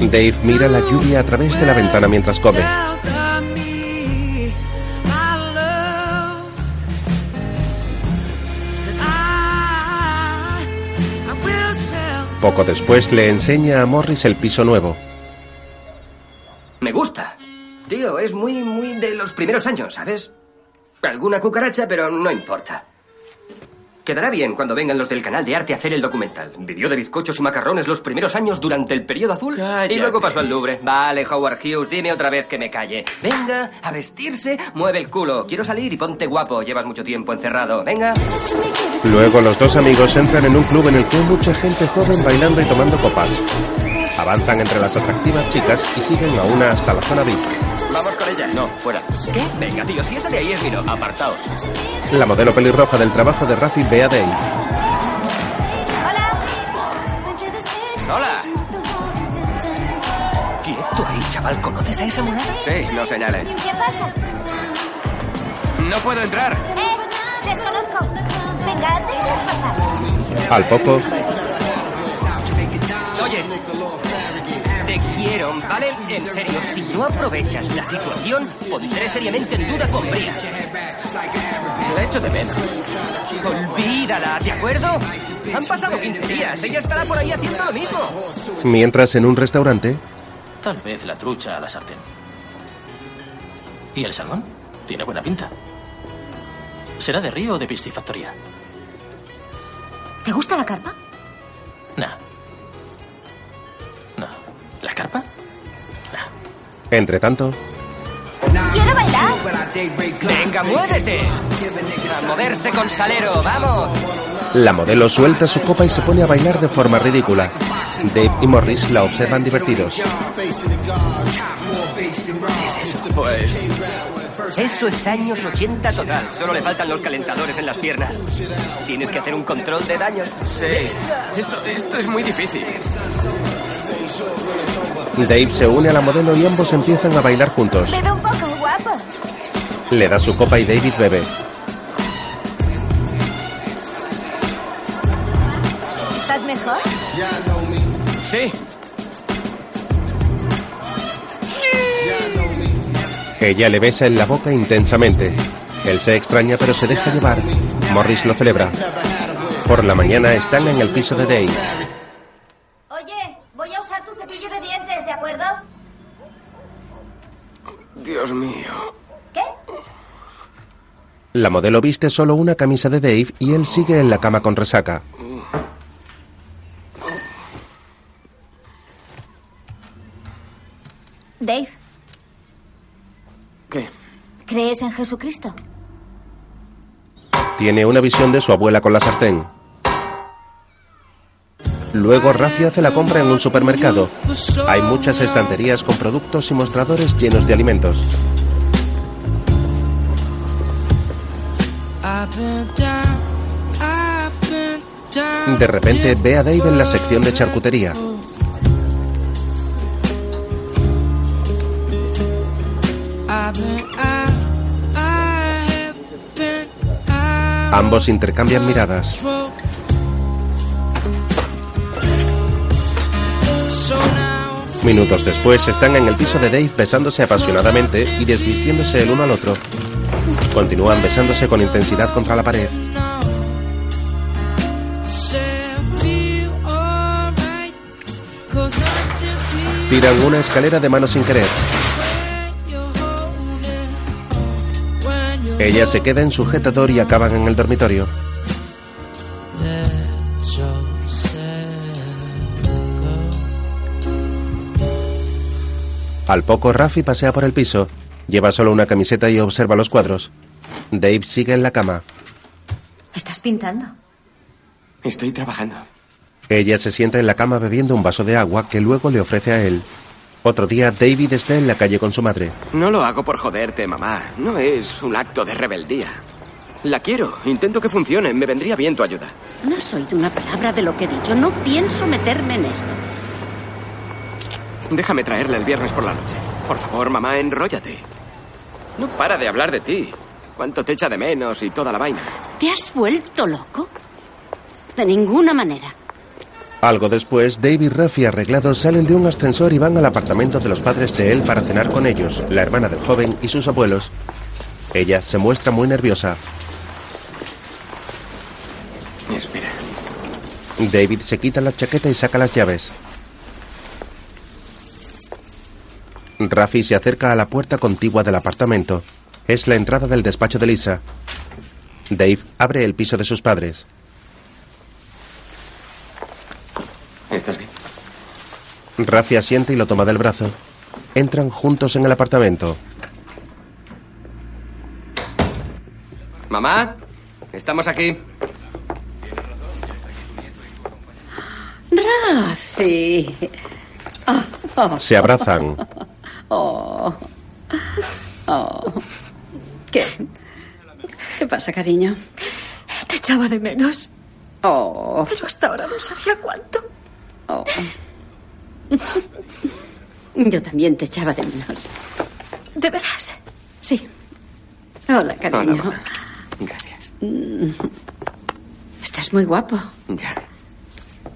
Dave mira la lluvia a través de la ventana mientras come. tell me I love and I I will sell Poco después le enseña a Morris el piso nuevo. Me gusta. Tío, es muy, muy de los primeros años, ¿sabes? Alguna cucaracha, pero no importa. Quedará bien cuando vengan los del canal de arte a hacer el documental. Vivió de bizcochos y macarrones los primeros años durante el periodo azul y luego pasó al Louvre. Vale, Howard Hughes, dime otra vez que me calle. Venga, a vestirse, mueve el culo. Quiero salir y ponte guapo. Llevas mucho tiempo encerrado. Venga. Luego los dos amigos entran en un club en el que hay mucha gente joven bailando y tomando copas. Avanzan entre las atractivas chicas y siguen a una hasta la zona VIP. Vamos con ella. No, fuera. ¿Qué? Venga, tío, si esa de ahí es mi no, apartaos. La modelo pelirroja del trabajo de Rafi Bea Day. Ah. ¡Hola! Quieto ahí, chaval. ¿Conoces a esa morada? Sí, no señales. ¿Qué pasa? No puedo entrar. ¡Eh! ¡Les conozco! Venga, dejad pasar. Al poco, Oye, te quiero, ¿vale? En serio, si no aprovechas la situación, pondré seriamente en duda tu hombría. La echo de menos. Olvídala, ¿de acuerdo? Han pasado 15 días, ella estará por ahí haciendo lo mismo. mientras en un restaurante, Tal vez la trucha a la sartén. ¿Y el salmón? Tiene buena pinta. ¿Será de río o de piscifactoría? ¿Te gusta la carpa? Nah. No. ¿La carpa? entre tanto, ¡Quiero bailar! ¡Venga, muévete! A moverse con salero, vamos. la modelo suelta su copa y se pone a bailar de forma ridícula. Dave y Morris la observan divertidos. Eso es años 80 total. Solo le faltan los calentadores en las piernas. Tienes que hacer un control de daños. Sí. Esto, esto es muy difícil. Dave se une a la modelo y ambos empiezan a bailar juntos. Bebe un poco, guapo. Le da su copa y David bebe. ¿Estás mejor? Sí. Ella le besa en la boca intensamente. Él se extraña pero se deja llevar. Morris lo celebra. Por la mañana están en el piso de Dave. Oye, voy a usar tu cepillo de dientes, ¿de acuerdo? Dios mío. La modelo viste solo una camisa de Dave y él sigue en la cama con resaca. Dave, ¿Qué? ¿crees en Jesucristo? Tiene una visión de su abuela con la sartén. Luego Rafi hace la compra en un supermercado. Hay muchas estanterías con productos y mostradores llenos de alimentos. I've been down, I've been down. De repente ve a Dave en la sección de charcutería. I've been, I, I have been out Ambos intercambian miradas. of control. So now Minutos después están en el piso de Dave besándose apasionadamente y desvistiéndose el uno al otro. Continúan besándose con intensidad contra la pared. say I feel alright, 'cause nothing feels Tiran una escalera de mano sin querer. when you're Ella se queda en sujetador y acaban en el dormitorio. let yourself go. Al poco Rafi pasea por el piso. Lleva solo una camiseta y observa los cuadros. Dave sigue en la cama. Estás pintando. Estoy trabajando. Ella se sienta en la cama bebiendo un vaso de agua que luego le ofrece a él. Otro día David está en la calle con su madre. No lo hago por joderte, mamá. No es un acto de rebeldía. La quiero. Intento que funcione. Me vendría bien tu ayuda. No has oído una palabra de lo que he dicho. No pienso meterme en esto. Déjame traerla el viernes por la noche. Por favor, mamá, enróllate. No para de hablar de ti. Cuánto te echa de menos y toda la vaina. ¿Te has vuelto loco? De ninguna manera. Algo después, Dave y Rafi arreglados salen de un ascensor y van al apartamento de los padres de él para cenar con ellos, la hermana del joven y sus abuelos. Ella se muestra muy nerviosa. Pues Espera. David se quita la chaqueta y saca las llaves. Rafi se acerca a la puerta contigua del apartamento. Es la entrada del despacho de Lisa. Dave abre el piso de sus padres. ¿Estás bien? Rafi asiente y lo toma del brazo. Entran juntos en el apartamento. Mamá, estamos aquí. Rafi. Ah, oh. Se abrazan. Oh. Oh. ¿Qué? ¿Qué pasa, cariño? Te echaba de menos. Oh. Pero hasta ahora no sabía cuánto. Oh. Yo también te echaba de menos. ¿De veras? Sí. Hola, cariño. Hola, Gracias. Mm. Estás muy guapo. Ya.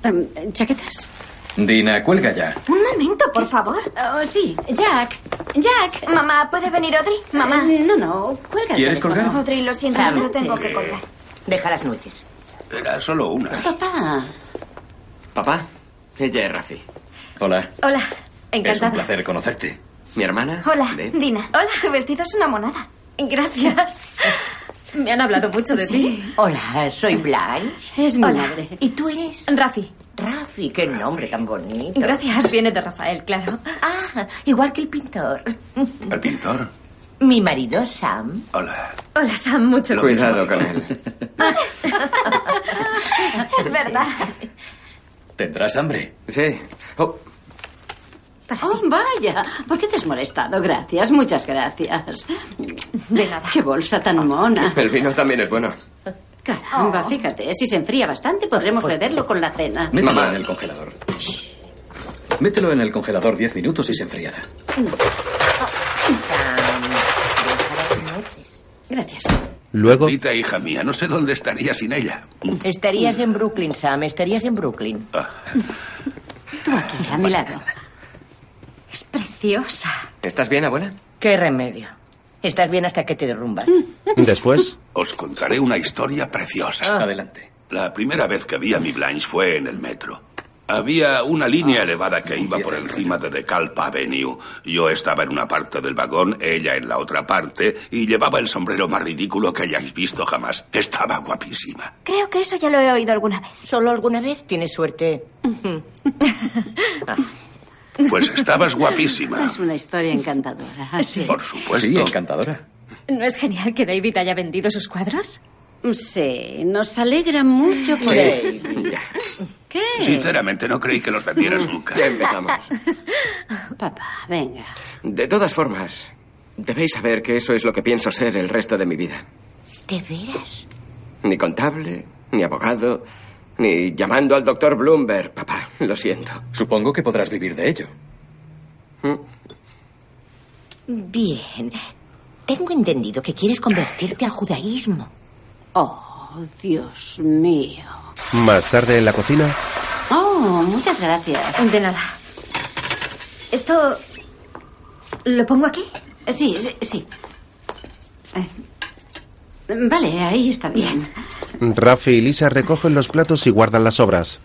Um, ¿Chaquetas? Dina, cuelga ya. Un momento, por favor. Oh, sí. Jack, Jack, mamá, ¿puede venir Audrey? Mamá. Eh, no, no, cuelga. el ¿Quieres teléfono. colgar? Audrey, lo siento, Sam. pero tengo que colgar. Deja las nueces. Era solo una. Papá. Papá, ella es Rafi. Hola. Hola, Es un encantada. placer conocerte. Mi hermana. Hola, Dave. Dina. Hola. Tu vestido es una monada. Gracias. Me han hablado mucho de ti. Hola, soy Blanche. Es mi Hola. madre. ¿Y tú eres? Rafi. Rafi, qué nombre tan bonito. Gracias, viene de Rafael, claro. Ah, igual que el pintor. El pintor. Mi marido Sam. Hola. Hola, Sam, mucho gusto. Cuidado con él. Es verdad. ¿Tendrás hambre? Sí. Oh, Oh, vaya. ¿Por qué te has molestado? Gracias, muchas gracias. De nada. Qué bolsa Oh. tan mona. el vino también es bueno. Caramba, fíjate, si se enfría bastante podremos Pues beberlo con la cena. Mételo en el congelador. Mételo en el congelador 10 minutos y se enfriará. Sam, deja las nueces. Gracias. Luego. Dita, hija mía, no sé dónde estaría sin ella. Estarías en Brooklyn, Sam, estarías en Brooklyn. Tú aquí, a pues. mi lado. Es preciosa. ¿Estás bien, abuela? Qué remedio. Estás bien hasta que te derrumbas. Después, Os contaré una historia preciosa. Adelante. La primera vez que vi a mi Blanche fue en el metro. Había una línea elevada que iba por encima de DeKalb Avenue. Yo estaba en una parte del vagón, ella en la otra parte, y llevaba el sombrero más ridículo que hayáis visto jamás. Estaba guapísima. Creo que eso ya lo he oído alguna vez. Solo alguna vez tienes suerte. Pues estabas guapísima. Es una historia encantadora. Sí. Por Pues supuesto. Sí, encantadora. ¿No es genial que David haya vendido sus cuadros? Sí, nos alegra mucho por Sí. él. Ya. ¿Qué? Sinceramente, no creí que los vendieras nunca. Ya empezamos. Papá, venga. De todas formas, debéis saber que eso es lo que pienso ser el resto de mi vida. ¿De veras? Ni contable, ni abogado, ni llamando al doctor Bloomberg, papá. Lo siento. Supongo que podrás vivir de ello. Bien. Tengo entendido que quieres convertirte al judaísmo. Oh, Dios mío. más tarde en la cocina, Oh, muchas gracias. De nada. ¿Esto lo pongo aquí? Sí, sí, sí. Eh, Vale, ahí está bien. Rafi y Lisa recogen los platos y guardan las obras.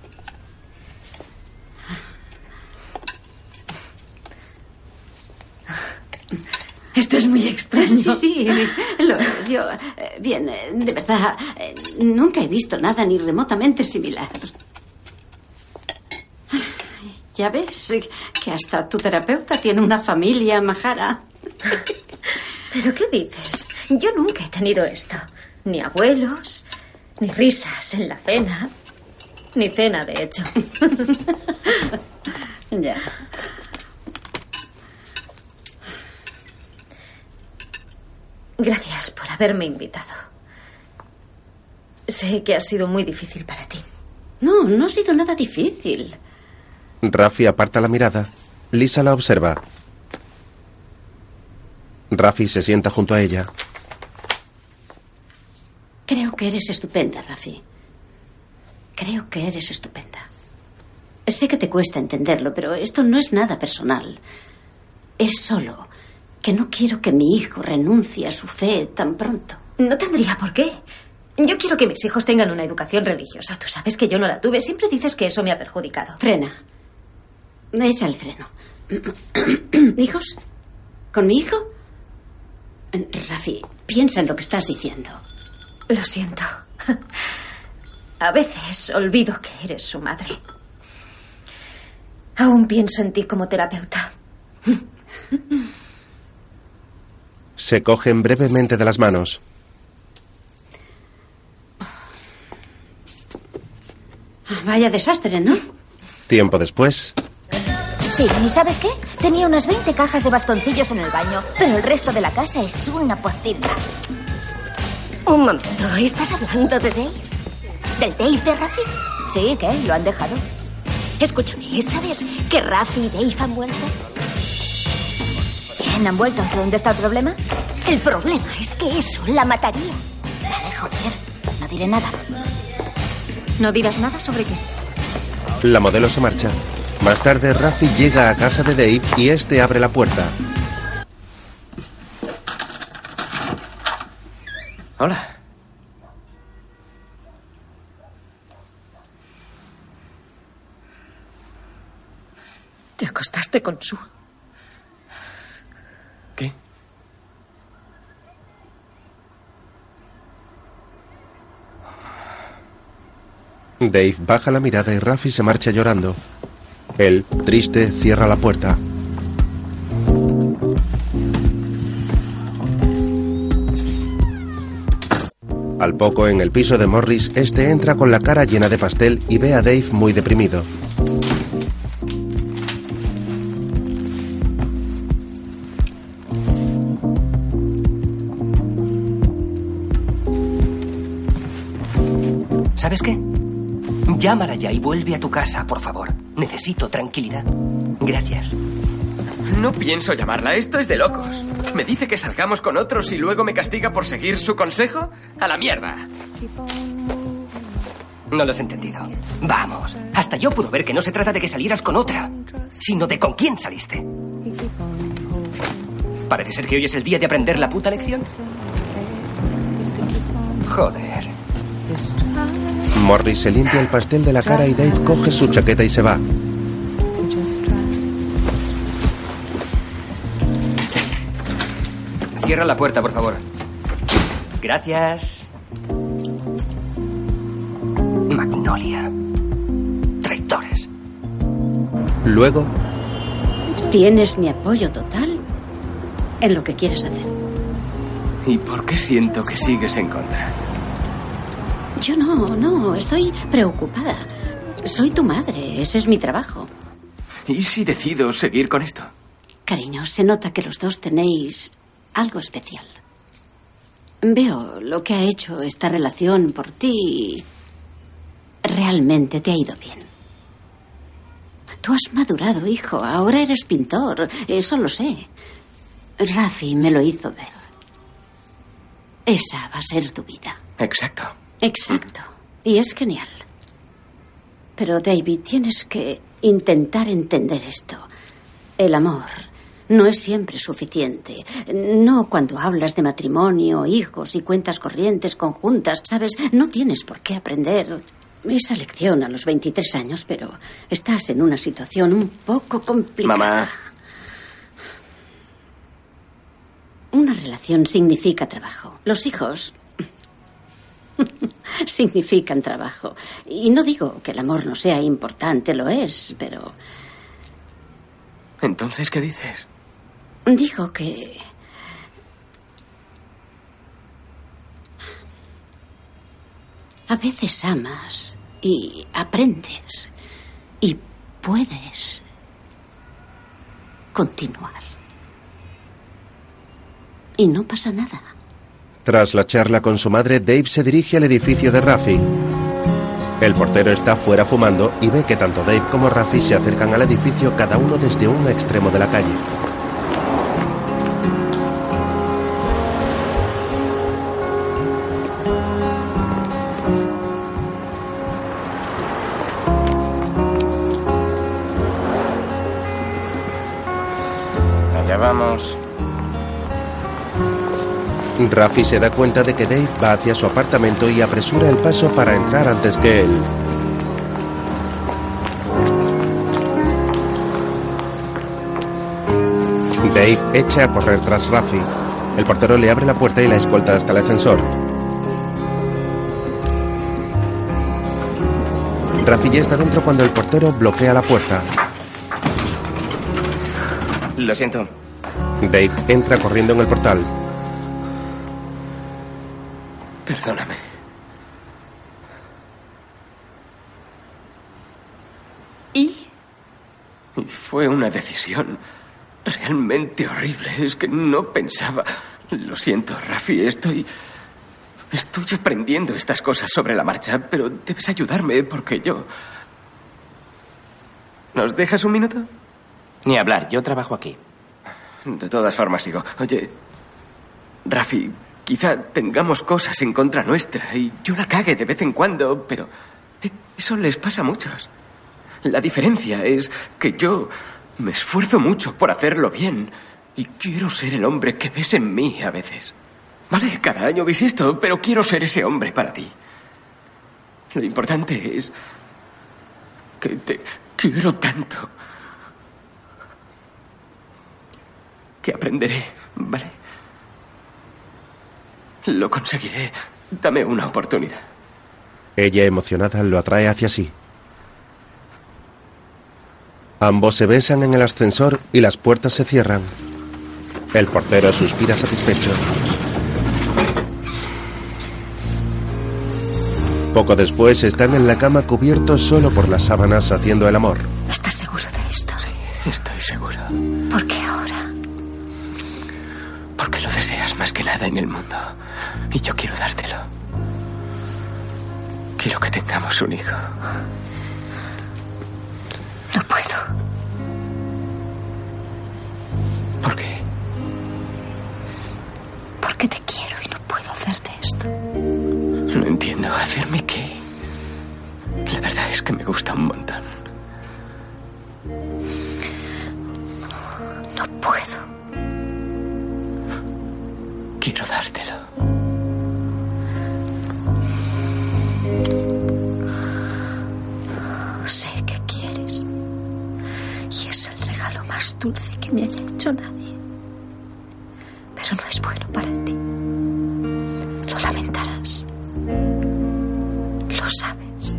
Esto es muy extraño. Sí, sí, lo es. Yo, eh, bien, eh, de verdad, eh, nunca he visto nada ni remotamente similar. Ya ves eh, que hasta tu terapeuta tiene una familia majara. ¿Pero qué dices? Yo nunca he tenido esto. Ni abuelos, ni risas en la cena, ni cena, de hecho. Ya. Gracias por haberme invitado. Sé que ha sido muy difícil para ti. No, no ha sido nada difícil. Rafi aparta la mirada. Lisa la observa. Rafi se sienta junto a ella. Creo que eres estupenda, Rafi. Creo que eres estupenda. Sé que te cuesta entenderlo, pero esto no es nada personal. Es solo que no quiero que mi hijo renuncie a su fe tan pronto. No tendría por qué. Yo quiero que mis hijos tengan una educación religiosa. Tú sabes que yo no la tuve. Siempre dices que eso me ha perjudicado. Frena. Echa el freno. ¿Hijos? ¿Con mi hijo? Rafi, piensa en lo que estás diciendo. Ah, Lo siento. A veces olvido que eres su madre. Aún pienso en ti como terapeuta. Se cogen brevemente de las manos. Vaya desastre, ¿no? Tiempo después, Sí, ¿y sabes qué? Tenía unas 20 cajas de bastoncillos en el baño, pero el resto de la casa es una pocilga. Un momento, ¿estás hablando de Dave? ¿Del Dave de Rafi? Sí, ¿qué? ¿Lo han dejado? Escúchame, ¿sabes que Rafi y Dave han vuelto? Bien, han vuelto. ¿Dónde está el problema? El problema es que eso la mataría. Eh, Vale, joder, no diré nada. ¿No dirás nada sobre qué? La modelo se marcha. Más tarde, Rafi llega a casa de Dave y este abre la puerta. Hola. Te acostaste con su. ¿Qué? Dave baja la mirada y Rafi se marcha llorando. Él, triste, cierra la puerta. Al poco, en el piso de Morris, este entra con la cara llena de pastel y ve a Dave muy deprimido. ¿Sabes qué? Llámala ya y vuelve a tu casa, por favor. Necesito tranquilidad. Gracias. No pienso llamarla, esto es de locos. ¿Me dice que salgamos con otros y luego me castiga por seguir su consejo? A la mierda. No lo has entendido. Vamos, hasta yo puedo ver que no se trata de que salieras con otra, sino de con quién saliste. Parece ser que hoy es el día de aprender la puta lección. Joder. Morris se limpia el pastel de la cara y Dave coge su chaqueta y se va. Cierra la puerta, por favor. Gracias. Magnolia. Traidores. Luego. Tienes mi apoyo total en lo que quieres hacer. ¿Y por qué siento que sigues en contra? Yo no, no, estoy preocupada. Soy tu madre, ese es mi trabajo. ¿Y si decido seguir con esto? Cariño, se nota que los dos tenéis algo especial. Veo lo que ha hecho esta relación por ti. Realmente te ha ido bien. Tú has madurado, hijo. Ahora eres pintor. Eso lo sé. Rafi me lo hizo ver. Esa va a ser tu vida. Exacto. Exacto. Y es genial. Pero David, tienes que intentar entender esto. El amor no es siempre suficiente. No cuando hablas de matrimonio, hijos y cuentas corrientes conjuntas, ¿sabes? No tienes por qué aprender esa lección a los 23 años, pero estás en una situación un poco complicada. Mamá. Una relación significa trabajo. Los hijos significan trabajo. Y no digo que el amor no sea importante, lo es, pero... Entonces, ¿qué dices? Digo que... A veces amas y aprendes y puedes continuar. Y no pasa nada. Tras la charla con su madre, Dave se dirige al edificio de Rafi. El portero está fuera fumando y ve que tanto Dave como Rafi se acercan al edificio cada uno desde un extremo de la calle. Allá vamos. Rafi se da cuenta de que Dave va hacia su apartamento y apresura el paso para entrar antes que él. Dave echa a correr tras Rafi. El portero le abre la puerta y la escolta hasta el ascensor. Rafi ya está dentro cuando el portero bloquea la puerta. Lo siento. Dave entra corriendo en el portal. Perdóname. ¿Y? Y fue una decisión realmente horrible. Es que no pensaba. Lo siento, Rafi, estoy. Estoy aprendiendo estas cosas sobre la marcha, pero debes ayudarme porque yo. ¿Nos dejas un minuto? Ni hablar, yo trabajo aquí. De todas formas, sigo. Oye, Rafi, quizá tengamos cosas en contra nuestra y yo la cague de vez en cuando, pero eso les pasa a muchos. La diferencia es que yo me esfuerzo mucho por hacerlo bien y quiero ser el hombre que ves en mí a veces. Vale, cada año ves esto, pero quiero ser ese hombre para ti. Lo importante es que te quiero tanto que aprenderé, ¿vale? Lo conseguiré. Dame una oportunidad. Ella, emocionada, lo atrae hacia sí. Ambos se besan en el ascensor y las puertas se cierran. El portero suspira satisfecho. Poco después están en la cama cubiertos solo por las sábanas haciendo el amor. ¿Estás seguro de esto? Estoy seguro. ¿Por qué ahora? Porque lo deseas más que nada en el mundo. Y yo quiero dártelo. Quiero que tengamos un hijo. No puedo. ¿Por qué? Porque te quiero y no puedo hacerte esto. No entiendo. ¿Hacerme qué? La verdad es que me gusta un montón. No puedo. Quiero dártelo. Sé que quieres. Y es el regalo más dulce que me haya hecho nadie. Pero no es bueno para ti. Lo lamentarás. Lo sabes.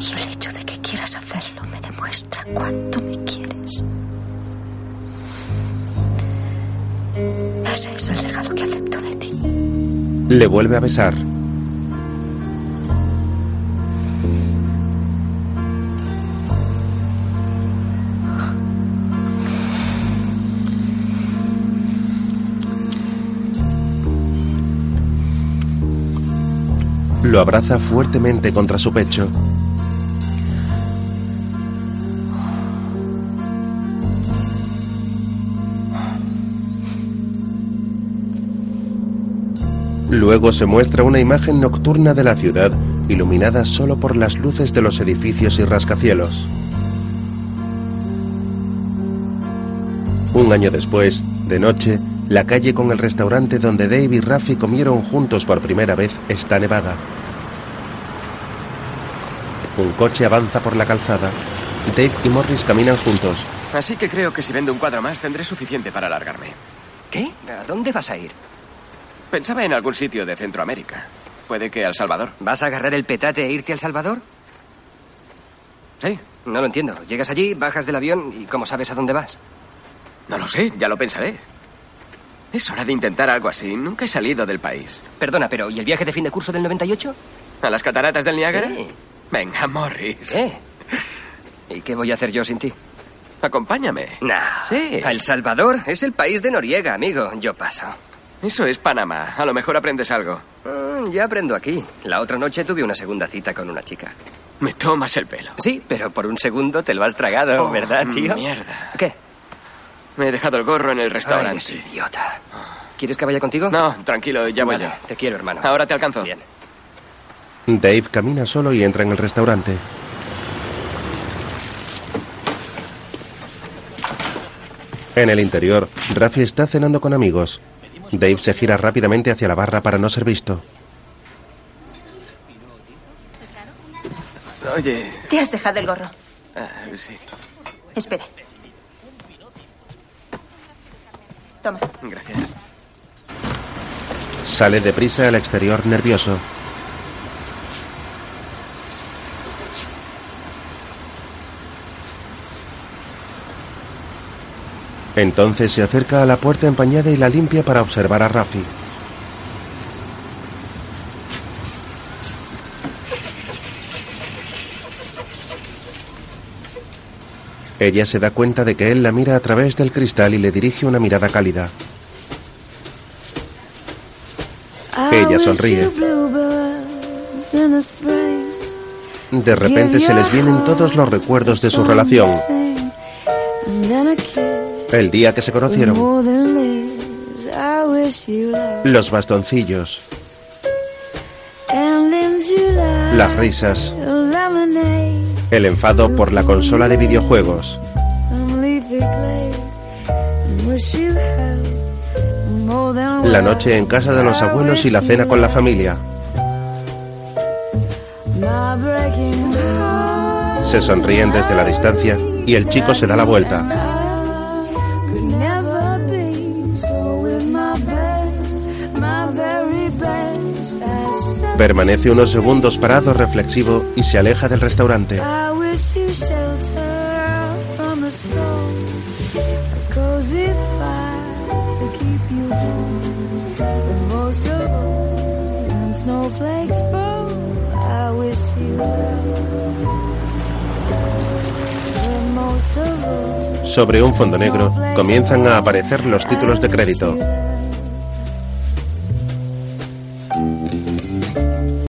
Y el hecho de que quieras hacerlo me demuestra cuánto me quieres. Ese es el regalo que acepto de ti. Le vuelve a besar. Lo abraza fuertemente contra su pecho. Luego se muestra una imagen nocturna de la ciudad, iluminada solo por las luces de los edificios y rascacielos. Un año después, de noche, la calle con el restaurante donde Dave y Rafi comieron juntos por primera vez está nevada. Un coche avanza por la calzada. Dave y Morris caminan juntos. Así que creo que si vendo un cuadro más tendré suficiente para largarme. ¿Qué? ¿A dónde vas a ir? Pensaba en algún sitio de Centroamérica. Puede que al Salvador. ¿Vas a agarrar el petate e irte al Salvador? Sí. No lo entiendo. Llegas allí, bajas del avión y ¿cómo sabes a dónde vas? No lo sé, ya lo pensaré. Es hora de intentar algo así. Nunca he salido del país. Perdona, pero ¿y el viaje de fin de curso del 98? ¿A las cataratas del Niágara? Sí. Venga, Morris. ¿Qué? ¿Y qué voy a hacer yo sin ti? Acompáñame. No. Sí. El Salvador es el país de Noriega, amigo. Yo paso. Eso es Panamá. A lo mejor aprendes algo. Mm, ya aprendo aquí. La otra noche tuve una segunda cita con una chica. Me tomas el pelo. Sí, pero por un segundo te lo has tragado, Oh, ¿verdad, tío? mierda. ¿Qué? Me he dejado el gorro en el restaurante. Ay, es idiota. ¿Quieres que vaya contigo? No, tranquilo, ya voy Vale, yo. Te quiero, hermano. Ahora te alcanzo. Bien. Dave camina solo y entra en el restaurante. En el interior, Rafi está cenando con amigos. Dave se gira rápidamente hacia la barra para no ser visto. Oye, Te has dejado el gorro. ah, sí, Espera. Toma. gracias. Sale deprisa al exterior nervioso. Entonces se acerca a la puerta empañada y la limpia para observar a Rafi. Ella se da cuenta de que él la mira a través del cristal y le dirige una mirada cálida. Ella sonríe. De repente se les vienen todos los recuerdos de su relación. El día que se conocieron. Los bastoncillos. Las risas. El enfado por la consola de videojuegos. La noche en casa de los abuelos y la cena con la familia. Se sonríen desde la distancia y el chico se da la vuelta. Permanece unos segundos parado reflexivo y se aleja del restaurante. Sobre un fondo negro comienzan a aparecer los títulos de crédito.